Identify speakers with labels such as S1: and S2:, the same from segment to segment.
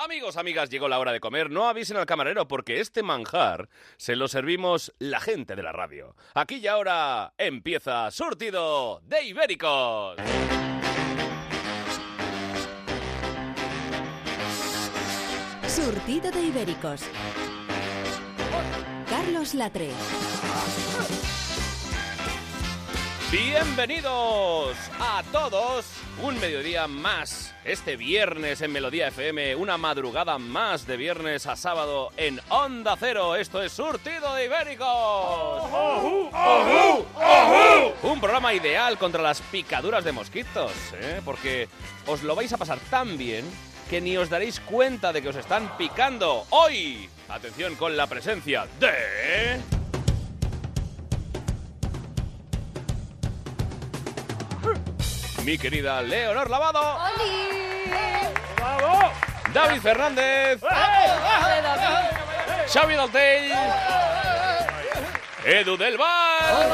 S1: Amigos, amigas, llegó la hora de comer. No avisen al camarero porque este manjar se lo servimos la gente de la radio. Aquí y ahora empieza Surtido de Ibéricos.
S2: Surtido de Ibéricos. Carlos Latre.
S1: Bienvenidos a todos. Un mediodía más este viernes en Melodía FM, una madrugada más de viernes a sábado en Onda Cero. Esto es Surtido de Ibéricos. Un programa ideal contra las picaduras de mosquitos, ¿eh? porque os lo vais a pasar tan bien que ni os daréis cuenta de que os están picando hoy. Atención con la presencia de... mi querida Leonor Lavado. David Fernández. Xavi Daltell. Edu del Val.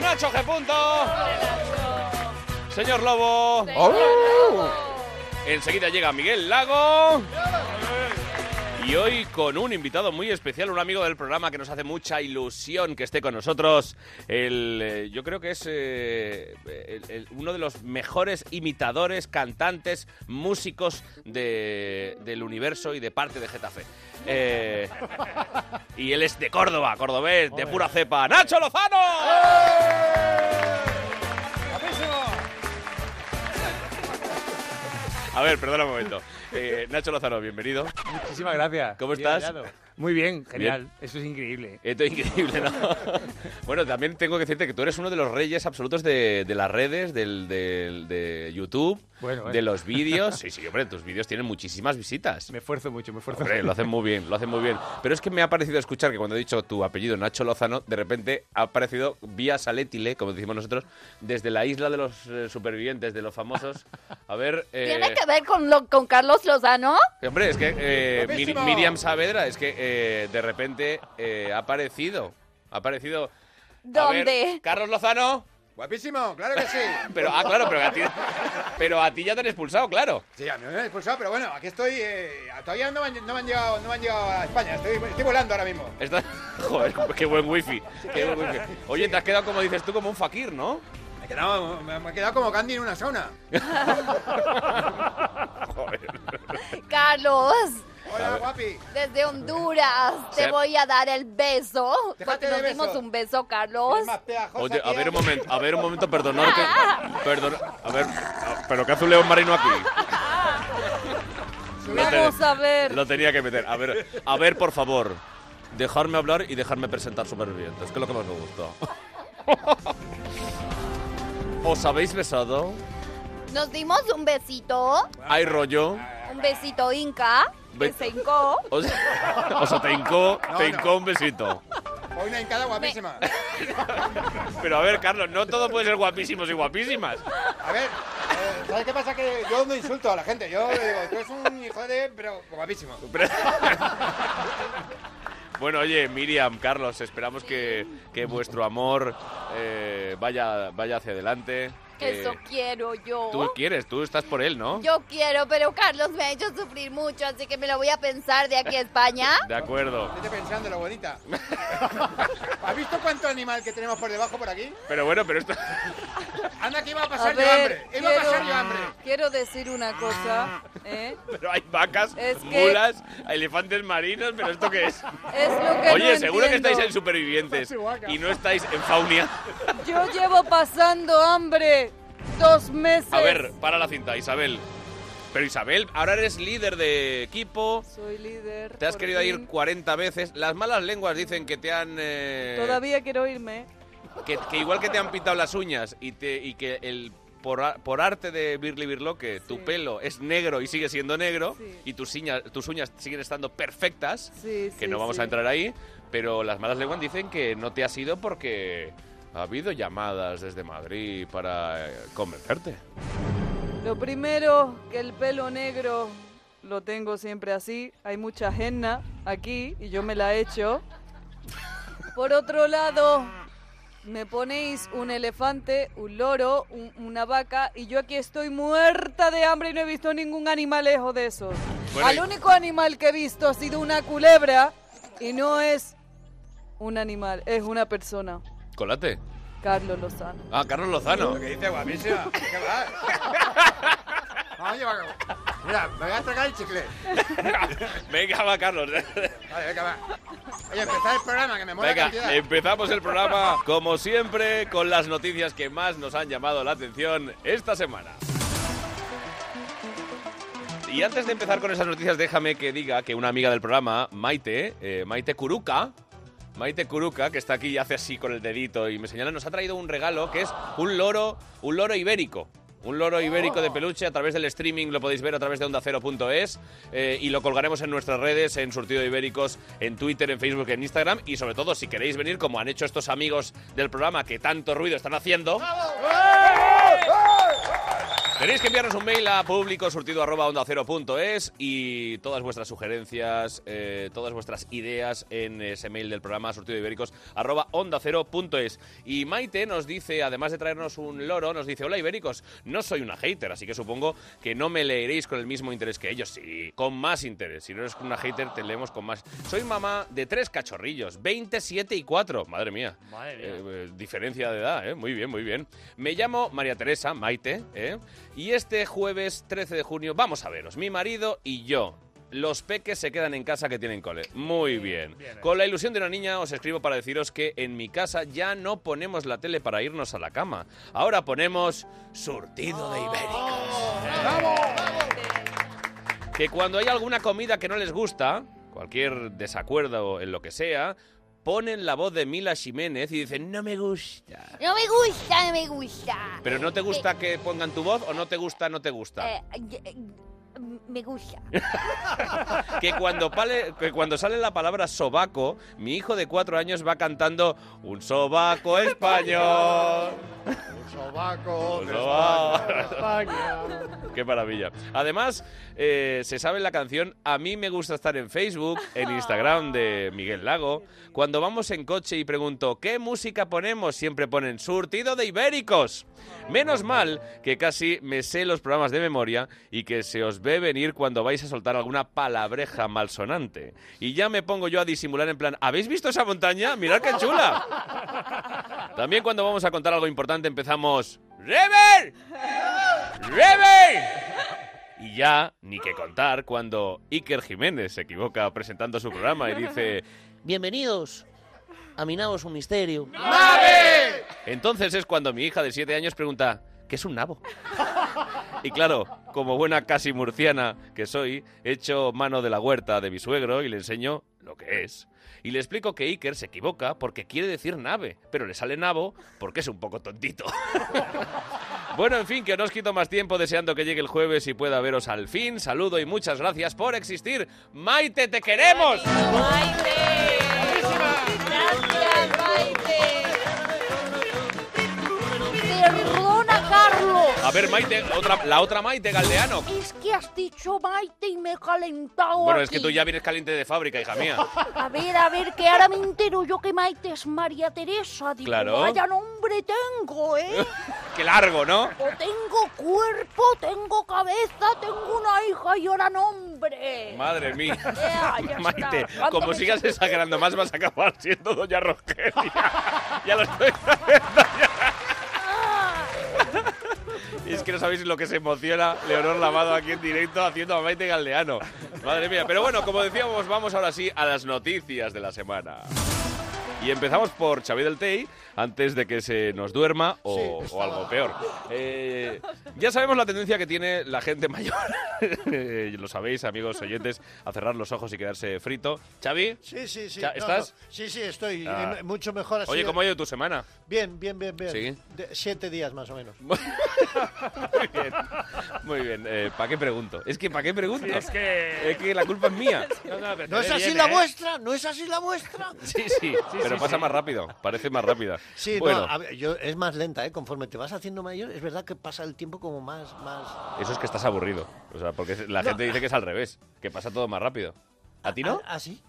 S1: Nacho G. Punto. Señor Lobo. Enseguida llega Miguel Lago. Y hoy con un invitado muy especial, un amigo del programa que nos hace mucha ilusión que esté con nosotros. El, eh, yo creo que es eh, el- el- uno de los mejores imitadores, cantantes, músicos de- del universo y de parte de Getafe. Eh, y él es de Córdoba, cordobés, de pura cepa. ¡Nacho Lozano! A ver, perdona un momento. Eh, Nacho Lozano, bienvenido.
S3: Muchísimas gracias.
S1: ¿Cómo
S3: Bien
S1: estás?
S3: hallado. Muy bien, genial. Eso es increíble.
S1: Esto es increíble, ¿no? bueno, también tengo que decirte que tú eres uno de los reyes absolutos de, de las redes, del, del- de YouTube,
S3: Bueno, bueno.
S1: de los vídeos. Sí, sí, hombre, tus vídeos tienen muchísimas visitas.
S3: Me esfuerzo mucho, me esfuerzo
S1: Hombre, lo hacen muy bien, lo hacen muy bien. Pero es que me ha parecido escuchar que cuando he dicho tu apellido Nacho Lozano, de repente ha aparecido vía Salétile, como decimos nosotros, desde la isla de los eh, supervivientes, de los famosos. A ver... eh,
S4: ¿Tiene que ver con, lo, con Carlos Lozano?
S1: Hombre, es que eh, Mir- Miriam Saavedra es que eh, de repente eh, ha aparecido. Ha aparecido. A ver,
S4: ¿Dónde?
S1: Carlos Lozano.
S5: Guapísimo, claro que sí.
S1: Pero, ah, claro, pero a ti, pero a ti ya te han expulsado, claro.
S5: Sí, a mí me han expulsado, pero bueno, aquí estoy. eh, todavía no me, han, no me han llegado, no me han llegado a España. Estoy, estoy volando ahora mismo.
S1: Está- joder, qué buen wifi. qué buen wifi. Oye, te has quedado, como dices tú, como un fakir, ¿no?
S5: Me he quedado, me, me he quedado como Candy en una sauna.
S1: Joder.
S4: Carlos,
S5: Hola, guapi.
S4: desde Honduras, te
S1: Se-
S4: voy a dar el beso. Porque
S5: Déjate de
S4: nos
S5: besos.
S4: dimos un beso, Carlos.
S5: Es más pegajosa
S1: Oye, a
S5: que
S1: ver un
S5: antes.
S1: momento, a ver un momento, perdonad que. Perdón, a ver, a- pero ¿qué hace un león marino aquí?
S4: Vamos a ver.
S1: Lo tenía que meter. A ver, a ver, por favor, dejarme hablar y dejarme presentar supervivientes, que es lo que más me gusta. ¿Os habéis besado?
S4: Nos dimos un besito,
S1: ¿Hay rollo?
S4: un besito inca,
S1: Be-
S4: que se hincó.
S1: Os- O sea, te hincó,
S5: No,
S1: te
S5: no.
S1: hincó un besito.
S5: Hoy una hincada guapísima.
S1: Pero a ver, Carlos, no todo puede ser guapísimos y guapísimas.
S5: A ver, eh, ¿sabes qué pasa? Que yo no insulto a la gente. Yo le digo, tú eres un hijo de. pero guapísimo.
S1: Pero- Bueno, oye, Miriam, Carlos, esperamos que, que vuestro amor eh, vaya, vaya hacia adelante. que
S4: Eso quiero yo.
S1: Tú quieres, tú estás por él, ¿no?
S4: Yo quiero, pero Carlos me ha hecho sufrir mucho, así que me lo voy a pensar de aquí a España.
S1: De acuerdo.
S5: Vete pensando lo bonita. ¿Has visto cuánto animal que tenemos por debajo por aquí?
S1: Pero bueno, pero esto...
S5: Anda, que iba a pasar yo hambre. Iba a pasar yo hambre.
S6: quiero decir una cosa, ¿eh?
S1: Pero hay vacas,
S6: Es que-
S1: mulas, elefantes marinos, pero ¿esto qué es?
S6: Es lo que
S1: Oye,
S6: no
S1: seguro que estáis en
S6: entiendo.
S1: Supervivientes y no estáis en Faunia.
S6: Yo llevo pasando hambre dos meses.
S1: A ver, para la cinta, Isabel. Pero Isabel, ahora eres líder de equipo,
S6: Soy líder.
S1: te has
S6: por
S1: querido ir
S6: fin.
S1: 40 veces. Las malas lenguas dicen que te han... eh,
S6: Todavía quiero irme.
S1: que, que igual que te han pintado las uñas y, te, y que el por, a- por arte de Birli Birloque
S6: Sí.
S1: tu pelo es negro y sigue siendo negro
S6: Sí.
S1: y tus, uñas- tus uñas siguen estando perfectas,
S6: Sí,
S1: que
S6: sí,
S1: no vamos
S6: sí.
S1: a entrar ahí, pero las malas lenguas dicen que no te has ido porque ha habido llamadas desde Madrid para eh, convencerte.
S6: Lo primero, que el pelo negro lo tengo siempre así. Hay mucha henna aquí y yo me la he hecho. Por otro lado, Me ponéis un elefante, un loro, un- una vaca y yo aquí estoy muerta de hambre y no he visto ningún animalejo de esos.
S1: Bueno,
S6: Al
S1: y-
S6: único animal que he visto ha sido una culebra y no es un animal, es una persona.
S1: Colate.
S6: Carlos Lozano.
S1: Ah, Carlos
S7: Lo
S1: Lozano.
S7: que dice guapísima. ¿Qué va? Vamos a llevarlo. Mira, me voy a tragar el chicle.
S1: Venga, va, Carlos.
S7: Vale, venga, va. Oye, empezad el programa, que me mola
S1: Venga,
S7: cantidad.
S1: empezamos el programa, como siempre, con las noticias que más nos han llamado la atención esta semana. Y antes de empezar con esas noticias, déjame que diga que una amiga del programa, Maite, eh, Maite Kuruka, Maite Kuruka, que está aquí y hace así con el dedito y me señala, nos ha traído un regalo que es un loro, un loro ibérico. Un loro ibérico de peluche a través del streaming, lo podéis ver a través de ondacero.es eh, y lo colgaremos en nuestras redes, en Surtido de Ibéricos, en Twitter, en Facebook, en Instagram y sobre todo si queréis venir, como han hecho estos amigos del programa que tanto ruido están haciendo, Tenéis que enviarnos un mail a público surtido arroba onda cero punto es y todas vuestras sugerencias, eh, todas vuestras ideas en ese mail del programa surtido ibéricos arroba onda cero punto es. Y Maite nos dice, además de traernos un loro, nos dice, hola ibéricos, no soy una hater, así que supongo que no me leeréis con el mismo interés que ellos, sí, con más interés. Si no eres una hater, te leemos con más. Soy mamá de tres cachorrillos, 27 y 4, madre mía.
S8: Madre mía.
S1: Eh, eh, diferencia de edad, ¿eh? Muy bien, muy bien. Me llamo María Teresa, Maite, ¿eh? Y este jueves 13 de junio, vamos a veros, mi marido y yo. Los peques se quedan en casa que tienen cole. Muy bien.
S8: bien, eh.
S1: Con la ilusión de una niña os escribo para deciros que en mi casa ya no ponemos la tele para irnos a la cama. Ahora ponemos surtido de ibéricos. Que cuando hay alguna comida que no les gusta, cualquier desacuerdo en lo que sea, ponen la voz de Mila Jiménez y dicen, no me gusta.
S9: No me gusta, no me gusta.
S1: Pero no te
S4: Eh,
S1: gusta que pongan tu voz o no te gusta, no te gusta.
S9: Eh, eh, eh, me gusta.
S1: Que cuando, pale- que cuando sale la palabra sobaco, mi hijo de cuatro años va cantando un sobaco español.
S7: Sobaco,
S1: Pues
S7: de
S1: no
S7: España,
S1: va.
S7: España.
S1: Qué maravilla. Además, eh, se sabe la canción A mí me gusta estar en Facebook, en Instagram de Miguel Lago. Cuando vamos en coche y pregunto ¿qué música ponemos? Siempre ponen surtido de ibéricos. Menos mal que casi me sé los programas de memoria y que se os ve venir cuando vais a soltar alguna palabreja malsonante. Y ya me pongo yo a disimular en plan, ¿habéis visto esa montaña? ¡Mirad qué chula! También cuando vamos a contar algo importante empezamos... ¡Rever! ¡Rever! Y ya, ni que contar, cuando Iker Jiménez se equivoca presentando su programa y dice...
S10: Bienvenidos a Minaos un Misterio.
S1: Entonces es cuando mi hija de siete años pregunta, ¿qué es un nabo? Y claro, como buena casi murciana que soy, echo mano de la huerta de mi suegro y le enseño lo que es. Y le explico que Iker se equivoca porque quiere decir nave, pero le sale nabo porque es un poco tontito. Bueno, en fin, que no os quito más tiempo deseando que llegue el jueves y pueda veros al fin. Saludo y muchas gracias por existir. Maite, te queremos.
S6: Maite. Gracias, Maite.
S9: Perdona, Carlos.
S1: A ver, Maite, otra, la otra Maite Galdeano.
S9: Es que has dicho Maite y me he calentado.
S1: Bueno, es que
S9: aquí.
S1: tú ya vienes caliente de fábrica, hija mía.
S9: A ver, a ver, que ahora me entero yo que Maite es María Teresa. Digo,
S1: Claro.
S9: Vaya nombre tengo, ¿eh?
S1: Qué largo, ¿no?
S9: O tengo cuerpo, tengo cabeza, tengo una hija y ahora nombre. Eh,
S1: Madre mía.
S9: Ya, ya está.
S1: Maite,
S9: ¿Cuánto
S1: como
S9: me-
S1: sigas exagerando más, vas a acabar siendo Doña Rogelia. ya lo estoy.
S9: Ah,
S1: Es que no sabéis lo que se emociona Leonor Lavado aquí en directo haciendo a Maite Galdeano. Madre mía. Pero bueno, como decíamos, vamos ahora sí a las noticias de la semana. Y empezamos por Xavi del Tei, antes de que se nos duerma o, o algo peor. Eh, ya sabemos la tendencia que tiene la gente mayor, Eh, lo sabéis, amigos oyentes, a cerrar los ojos y quedarse frito. Xavi,
S11: Sí, sí, sí.
S1: Ya, ¿estás?
S11: Sí, sí, estoy.
S1: Ah.
S11: eh, Mucho mejor así.
S1: oye, ¿cómo ha ido tu semana?
S11: Bien, bien, bien, bien.
S1: Sí.
S11: De- siete días más o menos.
S1: Muy bien, muy bien. ¿Para qué pregunto? Es que ¿para qué pregunto?
S8: Es que...
S1: Es que la culpa es mía.
S8: No, no, pero
S11: ¿No
S8: te
S11: es
S8: ve
S11: así
S8: bien,
S11: la
S8: ¿eh?
S11: vuestra? ¿No es así la vuestra?
S1: Sí, sí, pero
S8: sí,
S1: pasa
S8: sí.
S1: más rápido, parece más rápida.
S11: Sí,
S1: bueno,
S11: no, a ver, yo, es más lenta, ¿eh? Conforme te vas haciendo mayor, es verdad que pasa el tiempo como más, más...
S1: eso es que estás aburrido. O sea, porque la gente dice que es al revés, que pasa todo más rápido. ¿A ti no?
S11: ¿Ah, sí?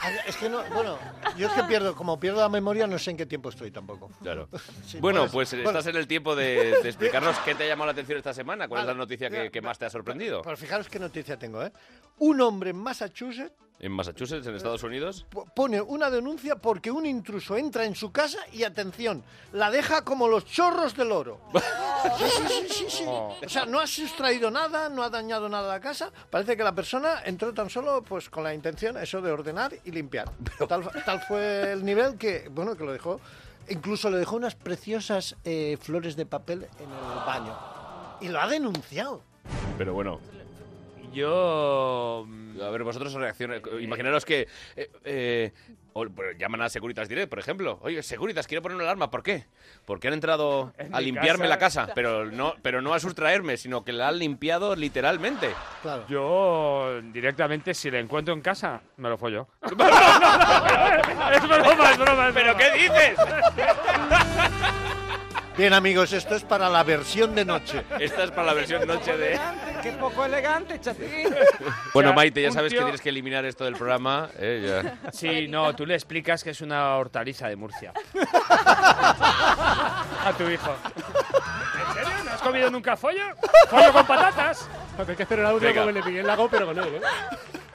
S11: Ay, Es que no, bueno, yo es que pierdo, como pierdo la memoria, no sé en qué tiempo estoy tampoco.
S1: Claro.
S11: Sí,
S1: bueno,
S11: puedes-
S1: pues eh,
S11: bueno.
S1: estás en el tiempo de, de explicarnos qué te ha llamado la atención esta semana, cuál es la
S11: Vale.
S1: noticia que, que más te ha sorprendido.
S11: Pero fijaros qué noticia tengo, ¿eh? Un hombre en Massachusetts
S1: En Massachusetts, en Estados Unidos.
S11: po- pone una denuncia porque un intruso entra en su casa y, atención, la deja como los chorros del oro. Sí, sí, sí, sí, sí. O sea, no ha sustraído nada, no ha dañado nada a la casa. Parece que la persona entró tan solo pues con la intención eso de ordenar y limpiar. Tal, tal fue el nivel que, bueno, que lo dejó. Incluso le dejó unas preciosas eh, flores de papel en el baño. Y lo ha denunciado.
S1: Pero bueno,
S12: Yo. mm,
S1: a ver, vosotros os reaccionáis. Imaginaros que eh, eh, o- pues, llaman a Securitas Direct, por ejemplo. Oye, Securitas, quiero poner una alarma. ¿Por qué? Porque han entrado
S12: En
S1: a
S12: mi
S1: limpiarme
S12: casa.
S1: la casa, pero no, pero no a sustraerme, sino que la han limpiado literalmente.
S11: Claro.
S12: Yo directamente, si le encuentro en casa, me lo follo. es broma, es broma, es broma.
S1: ¿Pero qué dices?
S11: Bien, amigos, esto es para la versión de noche.
S1: Esta es para la versión noche de...
S6: Qué poco elegante, Chacín.
S1: Bueno,
S12: O sea,
S1: Maite, ya
S12: un
S1: sabes que
S12: tío-
S1: tienes que eliminar esto del programa. eh, ya.
S8: Sí, no, tú le explicas que es una hortaliza de Murcia.
S12: A tu hijo. ¿En serio? ¿No has comido nunca follo? ¡Follo con patatas! Hay que hacer el audio
S1: Venga. como el
S12: de Miguel Lago, pero con él, ¿eh?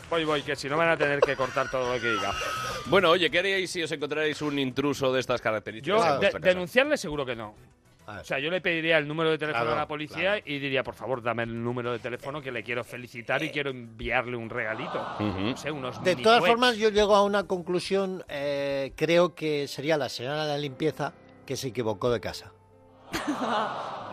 S12: Voy, voy, que si no me van a tener que cortar todo lo que diga.
S1: Bueno, oye, ¿qué haríais si os encontráis un intruso de estas características?
S12: Yo,
S1: en
S12: de-
S1: vuestra casa?
S8: Denunciarle seguro que no.
S11: Ah,
S8: O sea, yo le pediría el número de teléfono
S11: Claro,
S8: a la policía y diría, por favor, dame el número de teléfono que le quiero felicitar y quiero enviarle un regalito.
S1: Ujú.
S8: No sé, unos
S11: De
S8: mini
S11: todas
S8: cohetes.
S11: formas, yo llego a una conclusión, eh, creo que sería la señora de la limpieza que se equivocó de casa.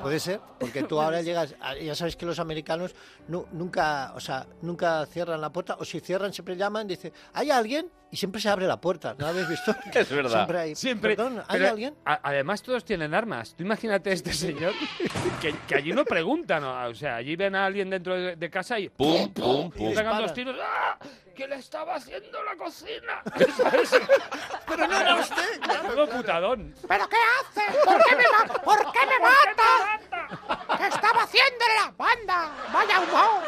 S11: ¿Puede ser? Porque tú ahora llegas, a- ya sabes que los americanos nu- nunca, o sea, nunca cierran la puerta, o si cierran siempre llaman, dice, ¿hay alguien? Y siempre se abre la puerta, ¿no habéis visto?
S1: Es verdad.
S11: Siempre hay,
S8: Siempre.
S11: perdón, ¿hay
S8: Pero,
S11: alguien?
S8: a- además, todos tienen armas. Tú imagínate a este señor que, que allí no preguntan. O sea, allí ven a alguien dentro de, de casa y.
S1: Pum, pum, pum.
S11: Y
S8: Pegan
S11: disparan.
S8: dos tiros. ¡Ah! ¡Que le estaba haciendo la cocina!
S11: Pero no era usted, claro.
S8: Todo putadón.
S9: ¿Pero qué haces? ¿Por qué me, ma- ¿Por qué me matas? ¡Que estaba haciéndole la banda! ¡Vaya humor!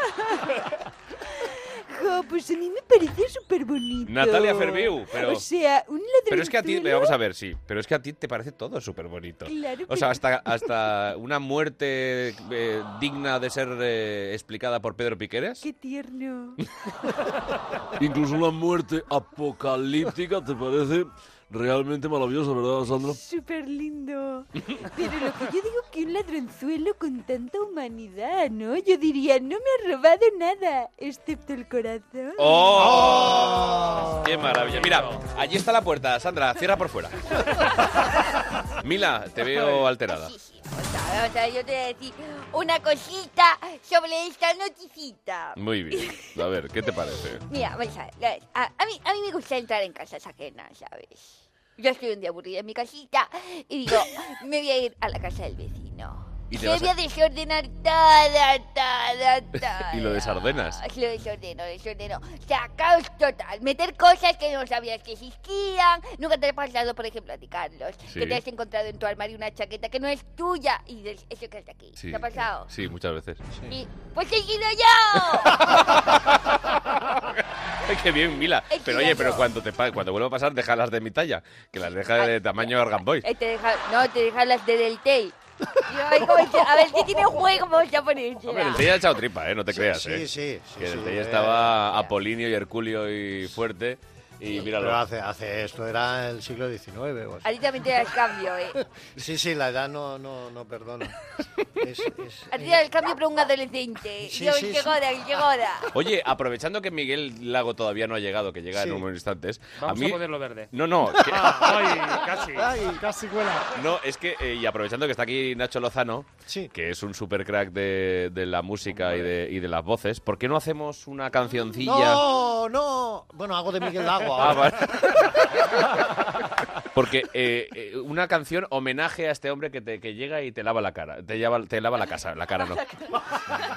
S6: Jo, pues a mí me parece súper bonito.
S1: Natalia Ferviu, pero-
S6: Oh. O sea, un ladrón.
S1: Pero es que a ti, vamos a ver, sí, pero es que a ti te parece todo súper bonito.
S6: Claro,
S1: O sea,
S6: pero-
S1: hasta, hasta una muerte eh, digna de ser eh, explicada por Pedro Piqueras.
S6: Qué tierno.
S13: Incluso una muerte apocalíptica, ¿te parece? Realmente maravillosa, ¿verdad, Sandra?
S6: Súper lindo. Pero lo que yo digo que un ladronzuelo con tanta humanidad, ¿no? Yo diría, no me ha robado nada, excepto el corazón.
S1: ¡Oh! ¡Qué maravilla! Mira, allí está la puerta, Sandra, cierra por fuera. Mila, te veo alterada.
S4: Sí, sí, o sea, vamos a ver, yo te voy a decir una cosita sobre esta noticita.
S1: Muy bien. A ver, ¿qué te parece?
S4: Mira, vamos a ver, a, a mí, a mí me gusta entrar en casas ajenas, ¿sabes? Yo estoy un día aburrida en mi casita y digo, me voy a ir a la casa del vecino.
S1: Y te
S4: Me
S1: vas
S4: voy
S1: a-
S4: a desordenar toda, toda, toda.
S1: Y lo desordenas.
S4: Lo desordeno, lo desordeno. O sea, caos total. Meter cosas que no sabías que existían. Nunca te ha pasado, por ejemplo, a ti, Carlos,
S1: Sí.
S4: que te has encontrado en tu armario una chaqueta que no es tuya y dices, eso que está aquí.
S1: Sí, eh,
S4: ¿Te ha pasado?
S1: Sí, muchas veces.
S4: Y, pues he sido yo.
S1: Ay, Qué bien, Mila.
S4: Es
S1: Pero oye,
S4: gigante.
S1: pero cuando te pa- cuando vuelva a pasar, déjalas de mi talla, que las deja de tamaño Argamboy.
S4: Eh, te deja, no, te deja las de Del Tey. Yo, ay, como que- a ver, ¿qué tiene juego? Vamos a poner.
S1: Hombre, el Tella ha echado tripa, eh, no te creas,
S11: sí,
S1: eh.
S11: sí, sí,
S1: que el
S11: sí,
S1: Tella
S11: eh.
S1: estaba Apolinio y Herculio y fuerte y
S11: Pero
S1: míralo.
S11: hace, hace esto, era el siglo XIX. o así.
S4: A ti también te da el cambio, ¿eh?
S11: Sí, sí, la edad no, no, no perdona. Es- es-
S4: A ti te da el cambio, pero un adolescente.
S11: Sí,
S4: Yo,
S11: sí,
S4: que
S11: sí.
S4: joda, que joda.
S1: Oye, aprovechando que Miguel Lago todavía no ha llegado, que llega
S11: Sí.
S1: en unos instantes,
S8: Vamos
S1: a mí
S8: a ponerlo verde. Ah.
S1: No, no, que-
S8: Ay, casi.
S11: Ay, casi cuela.
S1: no, es que eh, y aprovechando que está aquí Nacho Lozano,
S11: Sí.
S1: que es un super crack de, de la música y de, y de las voces, ¿por qué no hacemos una cancioncilla?
S11: No, no. Bueno, hago de Miguel Lago
S1: Ah,
S11: ahora.
S1: vale. Porque eh, eh, una canción homenaje a este hombre que, te, que llega y te lava la cara. Te, lleva- te lava la casa, la cara no.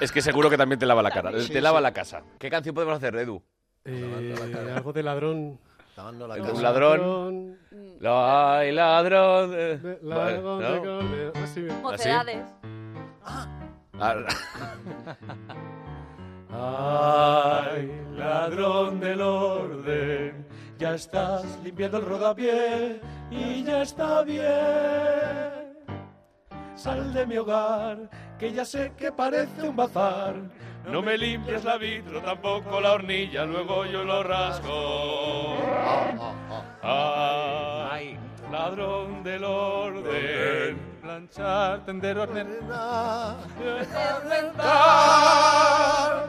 S1: Es que seguro que también te lava la cara.
S11: Sí,
S1: te lava
S11: sí.
S1: la casa. ¿Qué canción podemos hacer, Edu?
S13: Eh, algo de ladrón.
S11: Lavando la
S1: Un
S11: casa.
S1: ladrón. Ay, ladrón. eh. Vale, ¿no?
S4: Mocedades.
S1: Ah,
S13: Ay, ladrón del orden,
S14: Ya estás limpiando el rodapié y ya está bien. Sal de mi hogar, que ya sé que parece un bazar.
S1: No me limpias la vitro, tampoco la hornilla, luego yo lo rasgo. ah.
S14: Ay, ladrón del orden. Planchar, tender, ordenar,
S1: Reventar.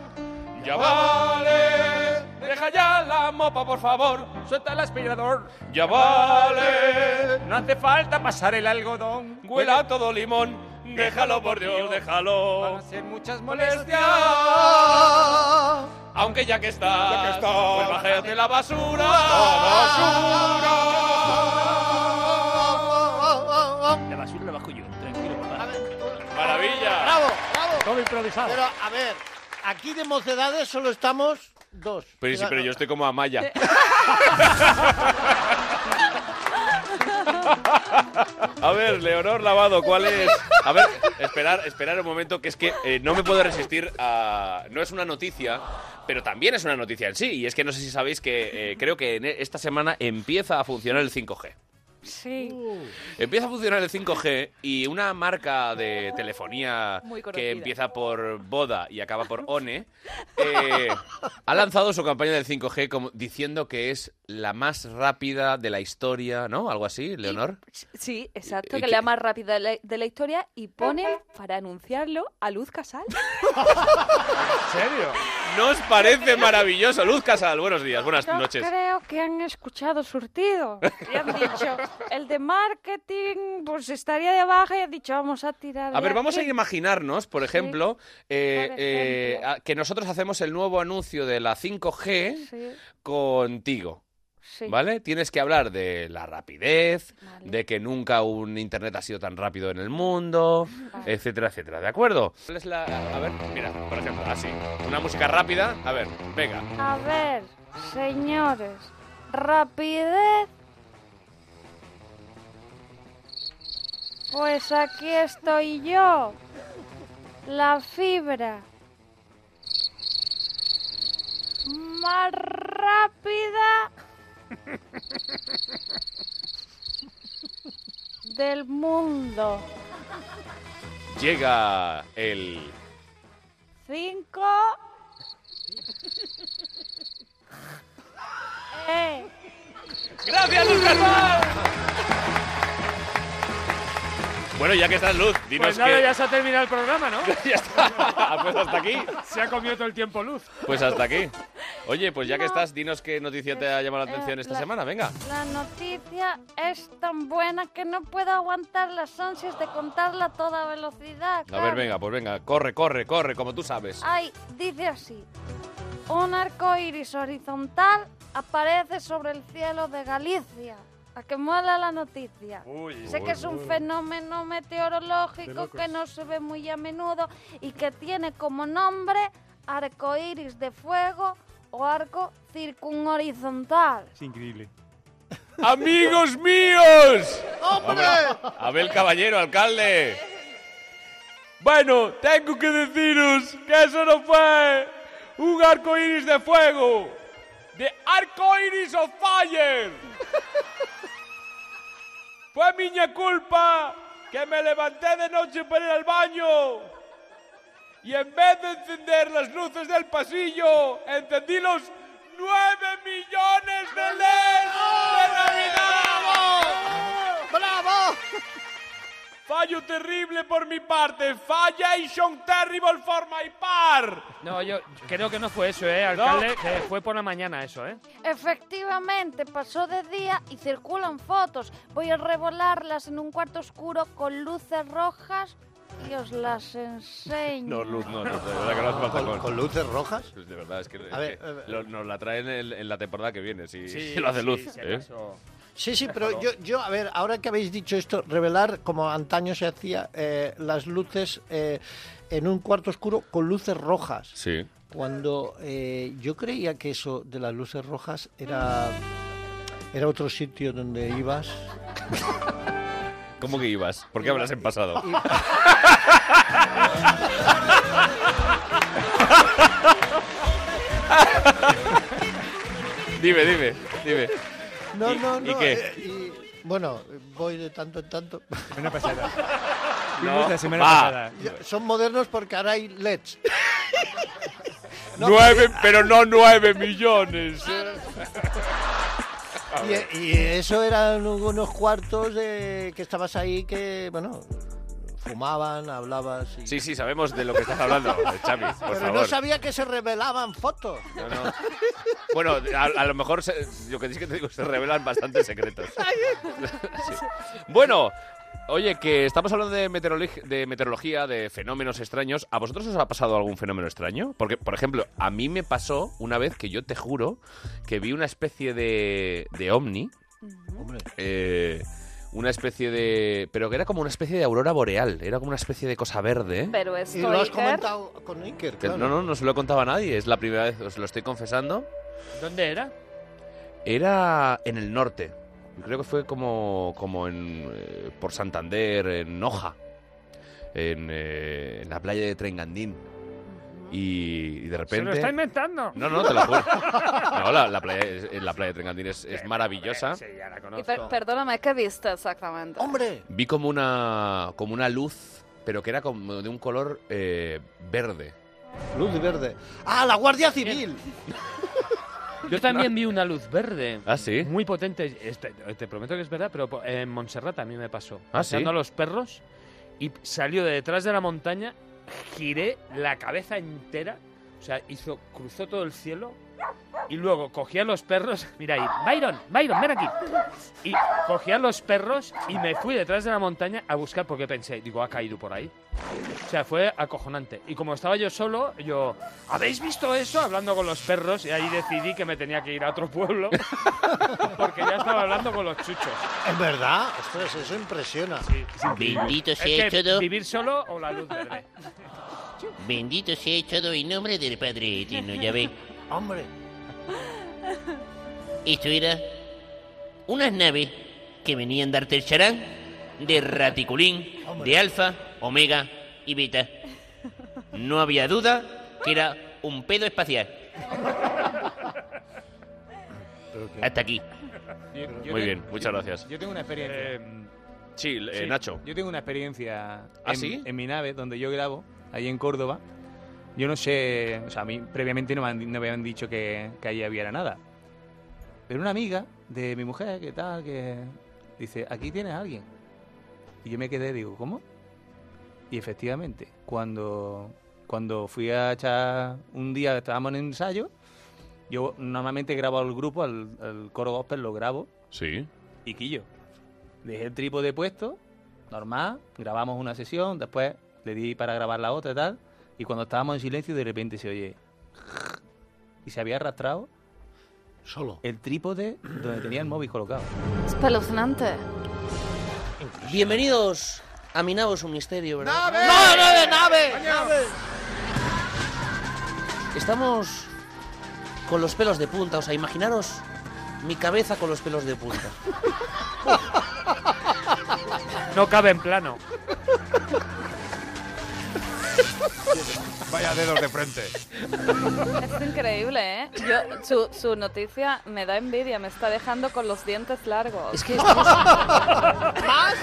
S1: Ya vale, deja ya la mopa, por favor.
S15: Suelta el aspirador.
S1: Ya vale,
S15: No hace falta pasar el algodón.
S1: huela a todo limón. Déjalo, por Dios, déjalo. Van a
S15: ser muchas
S1: molestias. Aunque ya que estás, ya que pues bájate la basura.
S3: La basura la bajo yo, tranquilo, papá.
S1: Maravilla.
S11: Bravo, bravo.
S3: Todo improvisado.
S11: Pero a ver, aquí de mocedades solo estamos dos.
S1: Pero, sí, pero yo estoy como Amaya. A ver, Leonor Lavado, ¿cuál es? A ver, esperar, esperar un momento, que es que eh, no me puedo resistir a... No es una noticia, pero también es una noticia en sí. Y es que no sé si sabéis que eh, creo que en e- esta semana empieza a funcionar el 5G.
S16: Sí.
S1: Empieza a funcionar el 5G y una marca de telefonía
S16: Muy conocida.
S1: que empieza por Boda y acaba por ONE eh, ha lanzado su campaña del 5G como, diciendo que es la más rápida de la historia, ¿no? Algo así, Leonor.
S16: Sí, exacto,
S1: ¿Y
S16: que
S1: qué?
S16: es la más rápida de la, de la historia y pone para anunciarlo a Luz Casal.
S1: ¿En serio? ¿No os parece maravilloso? Luz Casal, buenos días, buenas
S16: Yo
S1: noches.
S16: creo que han escuchado surtido y han dicho, el de marketing pues estaría de baja y han dicho, vamos a tirar
S1: A
S16: de
S1: ver, vamos a
S16: aquí".
S1: imaginarnos, por ejemplo, eh, eh, a- que nosotros hacemos el nuevo anuncio de la 5G
S16: Sí,
S1: contigo.
S16: sí.
S1: ¿Vale? Tienes que hablar de la rapidez, de que nunca un internet ha sido tan rápido en el mundo, etcétera, etcétera. ¿De acuerdo? ¿Cuál es la- A ver, mira, por ejemplo, así. Una música rápida. A ver, venga.
S16: A ver, señores, rapidez. Pues aquí estoy yo. La fibra. Más rápida del mundo.
S1: Llega el...
S16: Cinco. Eh.
S1: ¡Gracias, Lucas Bueno, ya que estás, Luz, dinos
S8: Pues nada,
S1: que-
S8: ya se ha terminado el programa, ¿no?
S1: ya está. Pues hasta aquí.
S8: Se ha comido todo el tiempo luz.
S1: Pues hasta aquí. Oye, pues ya que estás, dinos qué noticia te ha llamado la atención
S16: Eh,
S1: esta
S16: la-
S1: semana. Venga.
S16: La noticia es tan buena que no puedo aguantar las ansias de contarla a toda velocidad.
S1: A
S16: claro.
S1: ver, venga, pues venga. Corre, corre, corre, como tú sabes.
S16: Ay, dice así. Un arco iris horizontal aparece sobre el cielo de Galicia. A que mola la noticia.
S17: Uy.
S16: sé que es un
S17: Uy.
S16: fenómeno
S17: De
S16: meteorológico
S17: locos.
S16: que no se ve muy a menudo y que tiene como nombre arco iris de fuego o arco circunhorizontal.
S17: Es increíble.
S1: ¡Amigos míos!
S16: ¡Hombre!
S1: Abel Caballero, alcalde. Bueno, tengo que deciros que eso no fue un arco iris de fuego. De arco iris of fire. Fue miña culpa que me levanté de noche para ir al baño. Y en vez de encender las luces del pasillo, encendí los 9 millones de LEDs de Navidad. ¡Bravo! Fallo terrible por mi parte. Fallation terrible for my par.
S8: No, yo creo que no fue eso, ¿eh, alcalde? Que fue por la mañana eso, ¿eh?
S16: Efectivamente, pasó de día y circulan fotos. Voy a revolarlas en un cuarto oscuro con luces rojas y os las enseño.
S1: No, luz, no, no, de verdad que no hace falta
S11: ¿Con- con
S1: luces rojas? De verdad, es que, es
S11: ver,
S1: que lo- nos la traen en, en la temporada que viene, si,
S11: Sí,
S1: si lo hace
S11: sí,
S1: luz.
S11: si
S1: ¿eh?
S11: Sí, sí, pero yo, yo, a ver, ahora que habéis dicho esto, revelar, como antaño se hacía, eh, las luces eh, en un cuarto oscuro con luces rojas.
S1: Sí.
S11: Cuando eh, yo creía que eso de las luces rojas era, era otro sitio donde ibas.
S1: ¿Cómo que ibas? ¿Por qué hablas en pasado? Dime, dime, dime.
S11: No,
S1: ¿Y-
S11: no, no.
S1: ¿Y qué?
S11: eh, y- bueno, voy de tanto en tanto.
S1: Semana pasada.
S11: Fuimos
S1: No, la semana va. pasada.
S11: Ya, Son modernos porque ahora hay LEDs.
S1: Nueve, pero no nueve millones. ¿eh?
S11: Y, y eso eran unos cuartos de, que estabas ahí que, bueno, fumaban, hablabas. y-
S1: Sí, sí, sabemos de lo que estás hablando, Xavi, por
S11: Pero no
S1: favor.
S11: sabía que se revelaban fotos.
S1: No, no. Bueno, a, a lo mejor se- lo que dices que te digo se revelan bastantes secretos. Bueno, oye, que estamos hablando de, meteorolog- de meteorología, de fenómenos extraños. ¿A vosotros os ha pasado algún fenómeno extraño? Porque, por ejemplo, a mí me pasó una vez que yo te juro que vi una especie de, de ovni. eh, una especie de... Pero que era como una especie de aurora boreal. Era como una especie de cosa verde.
S16: Pero esto,
S11: Y lo has
S16: Iker,
S11: comentado con Iker,
S1: Que
S11: claro.
S1: No, no, no se lo he contado a nadie. Es la primera vez, os lo estoy confesando.
S8: ¿Dónde era?
S1: Era en el norte. Yo Creo que fue como, como en, eh, por Santander, en Noja, en, eh, en la playa de Trengandín. Y, y de
S8: Se
S1: repente...
S8: lo está inventando.
S1: No, no, te lo juro. No, la, la playa, es- eh, la playa de Trengandín es, es maravillosa.
S16: Y per- perdóname, ¿qué viste exactamente?
S11: ¡Hombre!
S1: Vi como una, como una luz, pero que era como de un color eh, verde.
S11: Luz verde. ¡Ah, la Guardia Civil!
S8: Yo también vi una luz verde.
S1: ¿Ah, sí?
S8: Muy potente. Este- te prometo que es verdad, pero po- en Montserrat a mí me pasó.
S1: ¿Ah, sí?
S8: Paseando a los perros y salió de detrás de la montaña, giré la cabeza entera, o sea, hizo, cruzó todo el cielo y luego cogí a los perros. Mira ahí, Byron, Byron, ven aquí. Y cogí a los perros y me fui detrás de la montaña a buscar porque pensé, digo, ha caído por ahí. O sea, fue acojonante. Y como estaba yo solo, yo, ¿habéis visto eso? Hablando con los perros y ahí decidí que me tenía que ir a otro pueblo porque ya estaba hablando con los chuchos.
S11: Es verdad, ostras, eso impresiona.
S17: Bendito
S8: Es
S17: sea
S8: que
S17: todo.
S8: vivir solo o la luz verde.
S17: Bendito sea todo en nombre del Padre Eterno, ya ve.
S11: Hombre.
S17: Esto era unas naves que venían de Artelcharán, de Raticulín, de Alfa, Omega y Beta. No había duda que era un pedo espacial. Hasta aquí.
S1: Muy bien, muchas gracias.
S3: Yo tengo una experiencia.
S1: sí, eh, Nacho.
S3: Yo tengo una experiencia
S1: ¿Ah,
S3: en,
S1: sí?
S3: en mi nave, donde yo grabo, ahí en Córdoba. Yo no sé, o sea, a mí previamente no me, han- no me habían dicho que, que ahí había nada. Pero una amiga de mi mujer, que tal, que dice, aquí tienes a alguien. Y yo me quedé, digo, ¿cómo? Y efectivamente, cuando, cuando fui a echar un día, estábamos en ensayo, yo normalmente grabo al grupo, al, al coro gospel lo grabo.
S1: Sí.
S3: Y quillo. Dejé el trípode puesto, normal, grabamos una sesión, después le di para grabar la otra y tal. Y cuando estábamos en silencio, de repente se oye. Y se había arrastrado.
S11: Solo.
S3: El trípode donde tenía el móvil colocado.
S16: Espeluznante.
S17: Bienvenidos a mi nave es un misterio, ¿verdad?
S11: ¡No, no, de nave! ¡Nave!
S17: Estamos con los pelos de punta, o sea, imaginaros mi cabeza con los pelos de punta.
S8: No cabe en plano.
S5: Vaya dedos de frente.
S16: Es increíble, ¿eh? Yo, su, su noticia me da envidia, me está dejando con los dientes largos.
S17: Es que
S16: ¿Más?